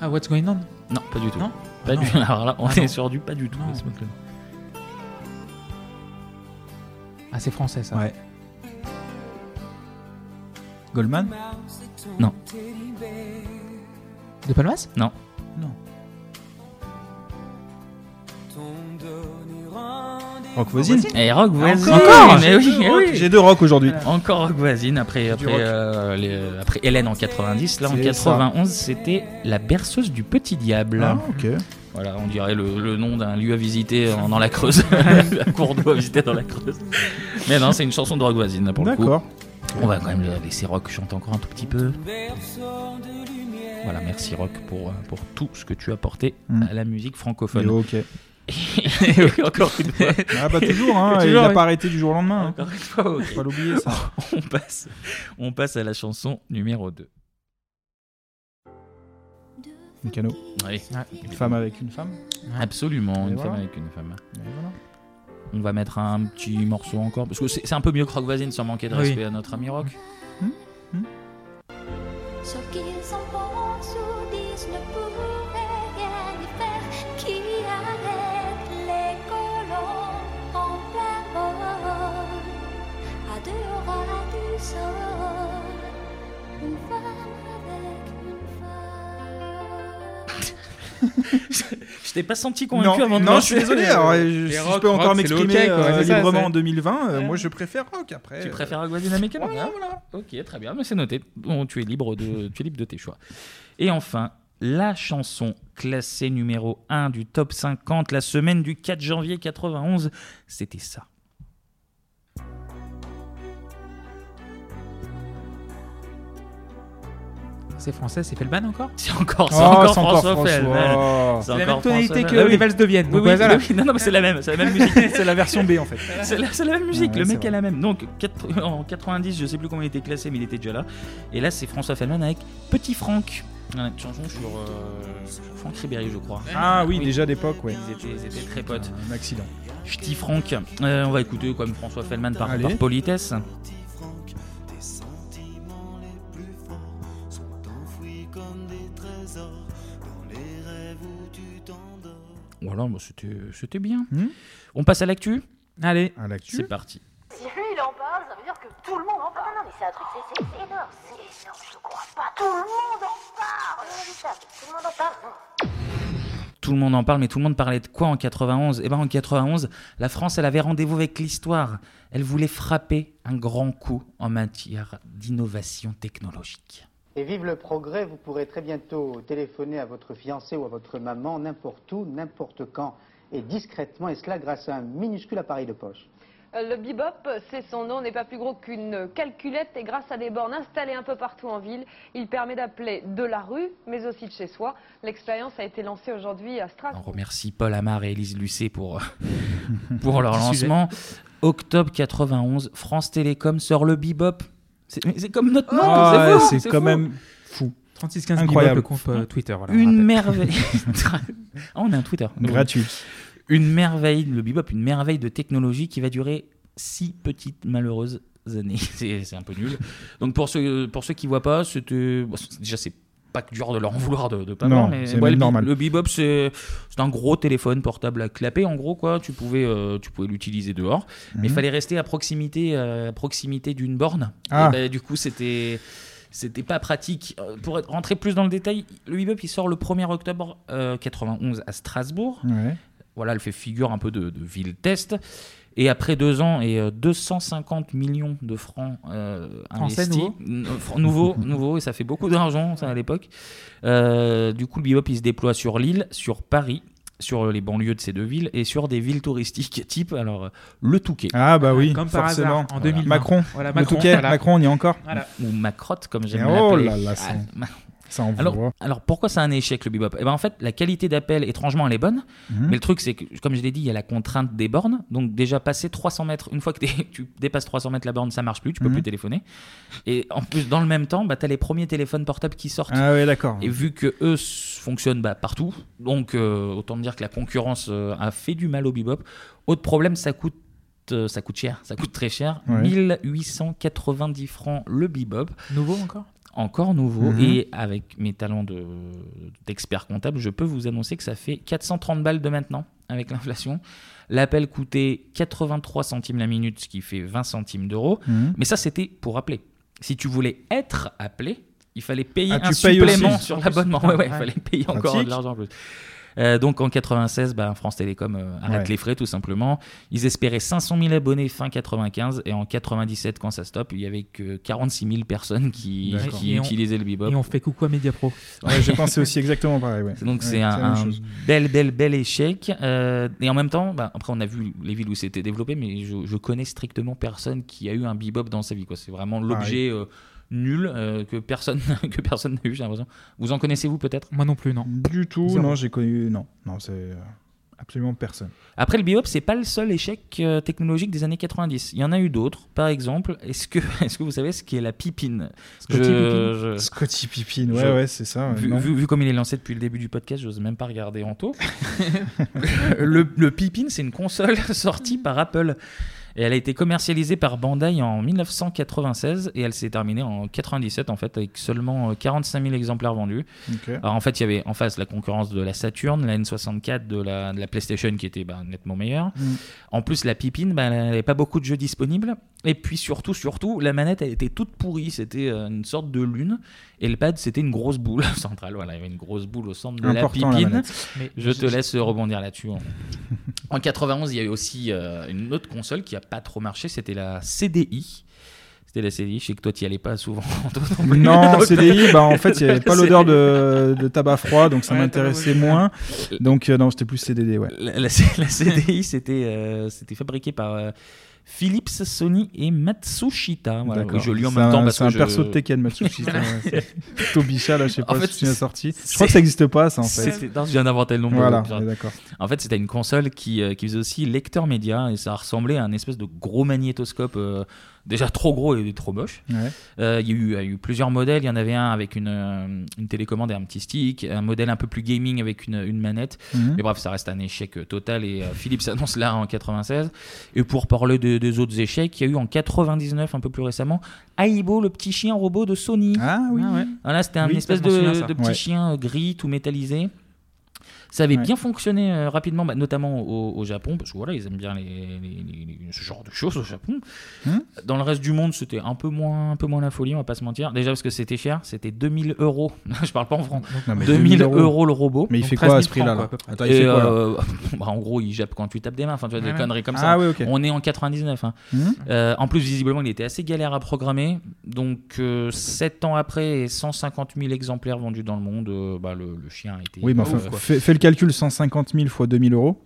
I: Ah, What's Going On
A: Non, pas du tout.
I: Non
A: Pas
I: Ah,
A: du-
I: non.
A: Alors là, on
I: Ah,
A: est
I: non.
A: sur du pas du tout.
I: Non.
A: laisse-moi te le-
I: Ah, c'est français ça.
H: Ouais.
B: Hein?
H: Goldman
I: De Palmas
A: Non.
H: Non. Rock voisine
A: Et Rock voisine.
I: Encore
A: mais Ah oui, eh oui.
H: J'ai deux rock aujourd'hui.
A: Encore Rock voisine après après,
H: rock.
A: euh, les- après Hélène en 90. Là en
H: C'est ça. Ah.
A: 91, c'était la berceuse du petit diable.
H: ok.
A: Voilà, on dirait le, le nom d'un lieu à visiter en- dans la Creuse, un cours d'eau à visiter dans la Creuse. Mais non, c'est une chanson de rock voisine là, pour le coup.
H: D'accord.
A: On va quand même laisser Rock chanter encore un tout petit peu. Voilà, merci Rock pour, euh, pour tout ce que tu as apporté
H: Mm.
A: à la musique
H: Et
A: francophone.
H: Ok.
A: encore une fois.
H: Ah bah toujours, hein,
A: Toujours,
H: il a
A: ouais.
H: pas arrêté du jour au lendemain. hein.
A: Encore une fois, ok.
H: Faut pas l'oublier ça.
A: on, passe, on passe à la chanson numéro 2.
H: Mécano.
A: Allez,
H: Une femme avec une femme.
A: absolument,
H: Et
A: une
H: voilà.
A: femme avec une femme.
H: Et voilà.
A: On va mettre un petit morceau encore, parce que c'est c'est un peu mieux que Rock Voisine sans manquer de
I: Oui.
A: respect à notre ami Rock.
K: Ce qu'ils en pensent ou disent ne pourrait rien y faire. Qui arrête les colons en plein vol À deux ras du sol, une femme avec une femme.
A: Je t'ai pas senti
H: Non,
A: convaincu avant de
H: non, je
A: lancer.
H: suis désolé. alors, euh, je, si
I: les
H: je
I: rock,
H: peux encore
I: rock, c'est le
H: m'exprimer
I: hockey, quoi,
H: euh,
I: c'est ça,
H: librement
I: c'est-
H: en 2020. euh,
I: Ouais.
H: Moi, je préfère rock après.
A: Tu
H: euh,
A: préfères Rock Voisine à Mécano
H: Voilà, voilà.
A: Ok, très bien, mais c'est noté. Bon, tu es libre de, tu es libre de tes choix. Et enfin, la chanson classée numéro 1 du top 50 la semaine du 4 janvier 91, c'était ça.
I: C'est français, c'est Felban encore
A: C'est encore,
H: Oh,
A: c'est encore
H: c'est
A: François Fellman.
H: François.
A: C'est
I: la même
A: encore
I: tonalité
A: François
I: que
A: Fellman.
I: les valses de Vienne.
A: Oui,
I: donc
A: oui,
I: voilà.
A: oui, non, non, mais c'est la même, c'est la même musique.
H: C'est la version B en fait.
A: C'est la, c'est la même musique,
H: Ouais,
A: le
H: c'est
A: mec a
H: vrai.
A: la même. Donc quatre- en 90, je sais plus comment il était classé, mais il était déjà là. Et là, c'est François Fellman avec Petit Franck. Voilà, Une chanson sur, euh, sur Franck Ribéry, je crois.
H: Ah oui, déjà d'époque, ouais.
A: Ils étaient, ils étaient très potes.
H: Un accident.
A: Ch'ti Franck, Euh, on va écouter comme François Fellman par,
H: Allez.
A: par politesse. Voilà, bah, c'était c'était bien.
H: Hmm.
A: On passe à l'actu
I: Allez,
H: À
A: C'est
H: l'actu.
A: parti.
K: Si lui il en parle, ça veut dire que tout le monde en parle. Non, non, mais c'est un truc, c'est c'est énorme, c'est énorme, je crois pas. Tout le monde en parle. Tout le monde en parle.
A: Tout le monde en parle, mais tout le monde parlait de quoi en 91 Eh ben en 91, la France, elle avait rendez-vous avec l'histoire. Elle voulait frapper un grand coup en matière d'innovation technologique.
L: Et vive le progrès, vous pourrez très bientôt téléphoner à votre fiancé ou à votre maman, n'importe où, n'importe quand, et discrètement, et cela grâce à un minuscule appareil de poche.
K: Euh, Le bebop, c'est son nom, n'est pas plus gros qu'une calculette et grâce à des bornes installées un peu partout en ville, il permet d'appeler de la rue, mais aussi de chez soi. L'expérience a été lancée aujourd'hui à
A: On
K: Strasbourg.
A: remercie Paul Amar et Élise Lucet pour, euh, pour leur
I: Petit sujet.
A: lancement. Octobre 91, France Télécom sort le bebop. C'est mais c'est comme notre nom,
H: Ah
A: c'est
H: ouais,
A: fou,
H: c'est quand
A: fou.
H: même fou.
I: 3615
H: Incroyable.
I: Bebop, le compte euh, Twitter. Voilà, on
A: Une
I: rappelle.
A: merveille. Ah, on a un Twitter.
H: Gratuit.
A: Une merveille, le bebop, une merveille de technologie qui va durer six petites malheureuses années. C'est c'est un peu nul. Donc pour ceux, pour ceux qui voient pas, c'était bon, c'est- déjà c'est pas que dur de leur en vouloir de, de pas
H: Non,
A: voir, mais
H: c'est
A: le,
H: même
A: be-
H: normal.
A: le bebop c'est c'est un gros téléphone portable à clapper en gros quoi. Tu pouvais euh, tu pouvais l'utiliser dehors, mais il
H: Mhm.
A: fallait rester à proximité euh, à proximité d'une borne.
H: Ah.
A: Et ben, du coup c'était c'était pas pratique. Euh, Pour être- rentrer plus dans le détail, le bebop il sort le 1er octobre euh, 91 à Strasbourg
H: Ouais.
A: voilà, elle fait figure un peu de, de ville test. Et après deux ans et euh, 250 millions de francs euh,
I: Français,
A: investis,
I: nouveau
A: N- euh, fr- nouveau, nouveau, et ça fait beaucoup d'argent ça, à l'époque. Euh, du coup, le bebop il se déploie sur Lille, sur Paris, sur euh, les banlieues de ces deux villes et sur des villes touristiques type alors euh, le Touquet
H: Ah bah oui,
I: Comme par
H: forcément.
I: hasard, en 2000.
H: Macron.
I: Voilà,
H: Le
I: Bah, Macron.
H: Touquet,
I: voilà.
H: Macron, on y est encore.
A: ou Macrotte comme j'aime
H: Et oh
A: l'appeler.
H: là là, ça-
A: ma-
H: Ça en
A: Alors,
H: voit.
A: alors pourquoi c'est un échec le bebop Eh ben en fait la qualité d'appel étrangement elle est bonne,
H: Mhm.
A: mais le truc c'est que comme je l'ai dit il y a la contrainte des bornes, donc déjà passer 300 mètres une fois que t'es- tu dépasses 300 mètres la borne ça marche plus, tu peux
H: Mhm.
A: plus téléphoner. Et en plus dans le même temps bah t'as les premiers téléphones portables qui sortent.
H: Ah ouais, d'accord.
A: Et vu que eux s- fonctionnent bah, partout, donc euh, autant me dire que la concurrence euh, a fait du mal au bebop. Autre problème, ça coûte, euh, ça coûte cher, ça coûte très cher.
H: Ouais.
A: 1890 francs le bebop.
I: Nouveau encore
A: encore nouveau.
H: Mhm.
A: Et avec mes talents de- d'expert comptable, je peux vous annoncer que ça fait 430 balles de maintenant avec l'inflation. L'appel coûtait 83 centimes la minute, ce qui fait 20 centimes d'euros.
H: Mhm.
A: Mais ça, c'était pour appeler. Si tu voulais être appelé, il fallait payer
H: Ah,
A: un
H: tu payes aussi.
A: supplément
H: En
A: sur
H: plus.
A: l'abonnement. Ouais, ouais, il
H: Ouais.
A: fallait payer
H: Pratique.
A: encore de l'argent en plus. Euh, donc en 96, bah, France Télécom euh, arrête
H: Ouais.
A: les frais tout simplement. Ils espéraient 500 000 abonnés fin 95 et en 97 quand ça stoppe, il y avait que 46 000 personnes qui,
I: D'accord.
A: qui
I: Et on-
A: utilisaient le bebop.
I: Et on fait coucou à Mediapro.
A: Ouais, j'ai pensé
H: aussi exactement pareil. ouais.
A: Donc
H: Ouais,
A: c'est
H: la même
A: un, un
H: chose.
A: bel, bel, bel échec. Euh, et en même temps, bah, après on a vu les villes où c'était développé, mais je, je connais strictement personne qui a eu un bebop dans sa vie. quoi. C'est
H: Ah
A: vraiment l'objet euh, nul euh, que personne que personne n'a eu, j'ai l'impression. Vous en connaissez-vous peut-être
I: Moi non plus, non.
H: Du tout,
A: Zéro.
H: non, j'ai connu. Non, non, c'est euh, absolument personne.
A: Après, le bebop, c'est pas le seul échec euh, technologique des années 90. Il y en a eu d'autres. Par exemple, est-ce que, est que vous savez ce qu'est la pipine
H: Scotty
A: Je-
H: Pippin.
A: je-
H: Scotty Pippin, ouais,
A: Euh, je-
H: ouais, c'est ça. ouais,
A: Vu,
H: Hein, non.
A: vu- vu comme il est lancé depuis le début du podcast, j'ose même pas regarder en taux. le, le pipin, c'est une console sortie par Apple. Et elle a été commercialisée par Bandai en 1996 et elle s'est terminée en 97 en fait avec seulement euh, 45 000 exemplaires vendus.
H: Ok.
A: Alors, en fait, il y avait en face la concurrence de la Saturn, la N64, de la, de la PlayStation qui était bah, nettement meilleure.
H: Mm.
A: En plus, la pipine, bah, elle n'avait pas beaucoup de jeux disponibles. Et puis surtout, surtout, la manette, elle était toute pourrie. C'était euh, une sorte de lune. Et le pad, c'était une grosse boule centrale. Voilà, il y avait une grosse boule au centre de
H: Important, la
A: la pipine.
H: manette. Mais
A: je te
H: je-
A: laisse rebondir là-dessus. en 91, il y avait aussi euh, une autre console qui a pas trop marché. C'était la CDI. C'était la CDI. Je sais que toi, tu y allais pas souvent. toi non plus.
H: Non,
A: Donc,
H: CDI, bah en fait, il n'y avait pas
A: c'est-
H: l'odeur de, de tabac froid, donc ça
A: Ouais,
H: m'intéressait
A: tabac
H: moins. Donc, euh, non, c'était plus CDD, ouais.
A: La, la C- la CDI, c'était euh, c'était fabriqué par euh, Philips, Sony et Matsushita. Ah, Voilà,
H: D'accord.
A: je lis en
H: C'est
A: même
H: un-
A: temps parce
H: c'est
A: que
H: un
A: je-
H: perso de Tekken, Matsushita. ouais, c'est- Tobisha, là, je sais
A: En
H: pas
A: fait,
H: si tu l'as sorti. Je
A: c'est-
H: crois que ça n'existe pas, ça, en fait.
A: C'était- non, je viens d'inventer le nom.
H: Voilà,
A: de-
H: on est d'accord.
A: En fait, c'était une console qui, euh, qui faisait aussi lecteur média et ça ressemblait à un espèce de gros magnétoscope euh, déjà trop gros et trop moche.
H: Ouais.
A: Euh, Il y, a eu- il y a eu plusieurs modèles. Il y en avait un avec une, euh, une télécommande et un petit stick, un modèle un peu plus gaming avec une, une manette.
I: Mmh.
H: Mhm.
A: Mais bref, ça reste un échec euh, total et euh, Philips annonce là en 96. Et pour parler de- des autres échecs, il y a eu en 99, un peu plus récemment, Aibo, le petit chien robot de Sony.
H: Ah oui.
I: Ah ouais.
A: Voilà, c'était un
I: Oui, ça,
A: espèce
I: je m'en souviens,
A: de,
I: ça.
A: de petit
I: Ouais.
A: chien euh, gris tout métallisé. Ça avait
I: Ouais.
A: bien fonctionné euh, rapidement, bah, notamment au, au Japon, parce que voilà, ils aiment bien les, les- les- les- ce genre de choses au Japon.
I: Mmh.
A: Dans le reste du monde, c'était un peu moins, un peu moins la folie, on va pas se mentir. Déjà parce que c'était cher, c'était 2000 euros. Je parle pas en francs.
H: Non, mais
A: 2000,
H: 2000
A: euros le robot.
H: Mais il Donc fait quoi 13 000 à ce prix-là, francs, là quoi, à peu près. Attends, il
A: Et,
H: fait quoi, là
A: euh, bah, En gros, il jappe quand tu tapes des mains, enfin tu vois
H: Ouais,
A: des
H: ouais.
A: conneries comme
H: Ah
A: ça.
H: ouais, ok.
A: On est en 99. hein.
H: Mhm.
A: Euh, en plus, visiblement, il était assez galère à programmer. Donc, 7 ans après, et 150 000 exemplaires vendus dans le monde, euh, bah, le, le chien a été.
H: Oui, mais
A: euh,
H: enfin,
A: quoi.
H: fais, fais le calcul 150 000 fois 2000 euros.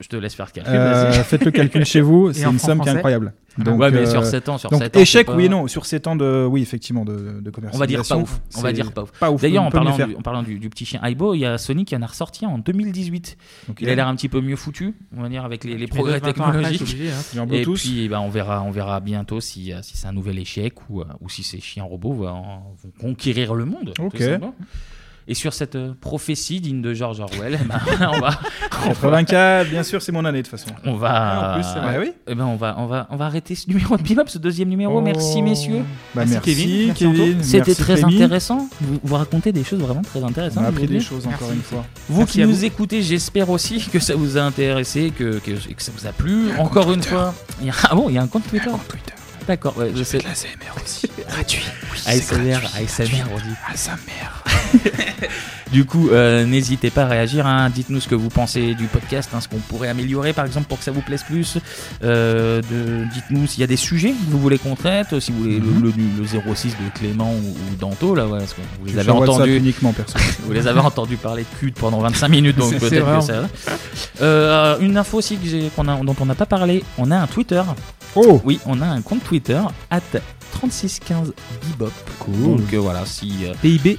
A: Je te laisse faire le calcul,
H: Euh,
A: vas-y.
H: faites le calcul chez vous,
A: Et
H: c'est
A: en
H: une
A: francs
H: somme qui est
A: français
H: incroyable.
A: Ah, ouais, mais sur sept ans, sur
H: euh, donc,
A: sept ans,
H: échec,
A: c'est pas-
H: oui et non, sur 7 ans de, oui, effectivement, de, de
A: On va dire pas
H: commercialisation.
A: ouf. On va
H: c'est
A: dire pas ouf.
H: Pas ouf.
A: D'ailleurs,
H: on
A: en
H: peut mieux
A: parlant,
H: faire.
A: du, en parlant du, du petit chien Aibo, il y a Sony qui en a ressorti en 2018.
H: Ok.
A: Il a l'air un petit peu mieux foutu, on va dire, avec les, les
I: Tu
A: progrès
I: mets deux, vingt ans après,
A: technologiques.
I: je suis obligé, hein. Il est en
A: Et
I: Bluetooth.
A: puis, bah, on verra, on verra bientôt si, euh, si c'est un nouvel échec ou, euh, ou si ces chiens robots vont, vont conquérir le monde. tout
H: Ok.
A: simplement. Et sur cette euh, prophétie digne de George Orwell, eh ben, on va. on va-
H: 84, bien sûr, c'est mon année de toute façon.
A: On va.
H: Ah, en plus, c'est vrai.
A: Ouais,
H: oui.
A: Eh ben, on va, on va, on va arrêter ce numéro de Bebop, ce deuxième numéro.
H: Oh.
A: Merci messieurs.
H: Bah, Merci, merci, Kevin. Merci, Anto. Kevin.
A: C'était
H: Merci,
A: très
H: Rémi.
A: intéressant. Vous, vous racontez des choses vraiment très intéressantes.
H: On a appris
A: aujourd'hui.
H: des choses encore Merci. une fois.
A: Vous
H: Merci
A: qui
H: à
A: nous
H: vous.
A: écoutez, j'espère aussi que ça vous a intéressé, que, que, et que ça vous a plu. Encore une fois. Il y a- ah bon, il y a un compte Twitter. D'accord. Ouais, je sais.
H: aussi. Gratuit.
A: ASMR, ASMR, on dit. Du coup, euh, n'hésitez pas à réagir. hein. Dites-nous ce que vous pensez du podcast, hein, ce qu'on pourrait améliorer, par exemple, pour que ça vous plaise plus. Euh, de- Dites-nous s'il y a des sujets que vous voulez qu'on traite, si vous voulez
H: Mhm.
A: le, le- le 06 de Clément ou, ou d'Anto, là, voilà, parce que vous les
H: Je
A: avez
H: suis en WhatsApp
A: entendus.
H: uniquement, perso.
A: Vous les avez entendus parler de cul pendant 25 minutes, donc
H: C'est- c'est
A: peut-être
H: vrai,
A: que ça.
H: en
A: va. Euh, une info aussi que j'ai- qu'on a- dont on n'a pas parlé, on a un Twitter.
H: Oh
A: Oui, on a un compte Twitter, at 3615bibop. Donc euh, voilà, si. euh,
I: PIB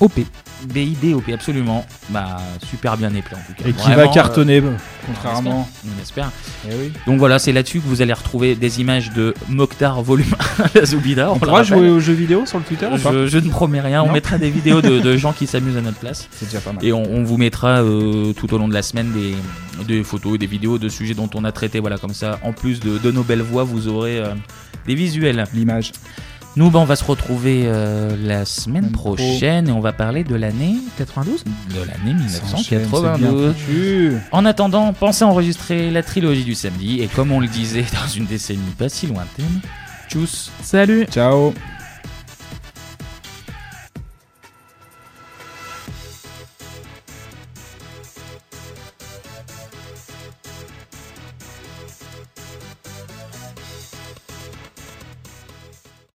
A: OP. BIDOP, absolument. Bah, super bien éplé en tout cas.
H: Et qui
A: Vraiment, euh,
H: va cartonner, bah,
A: on
H: contrairement.
A: espère, On espère.
H: Eh oui.
A: Donc voilà, c'est là-dessus que vous allez retrouver des images de Mokhtar Volume 1 la Zoubida.
H: On
A: le
H: pourra
A: rappelle.
H: jouer aux jeux vidéo sur le Twitter ou pas
A: je, je ne promets rien, on
H: Non.
A: mettra des vidéos de, de gens qui s'amusent à notre place.
H: C'est déjà pas mal.
A: Et on, on vous mettra euh, tout au long de la semaine des, des photos et des vidéos de sujets dont on a traité. Voilà, comme ça, en plus de, de nos belles voix, vous aurez euh, des visuels.
H: L'image.
A: Nous, ben, on va se retrouver euh, la semaine
I: Semaine pro.
A: prochaine et on va parler de l'année
I: 92
A: De l'année
I: enchaîne, c'est bien
A: 1992. En attendant, pensez à enregistrer la trilogie du samedi et comme on le disait dans une décennie pas si lointaine, tchuss
I: Salut
H: Ciao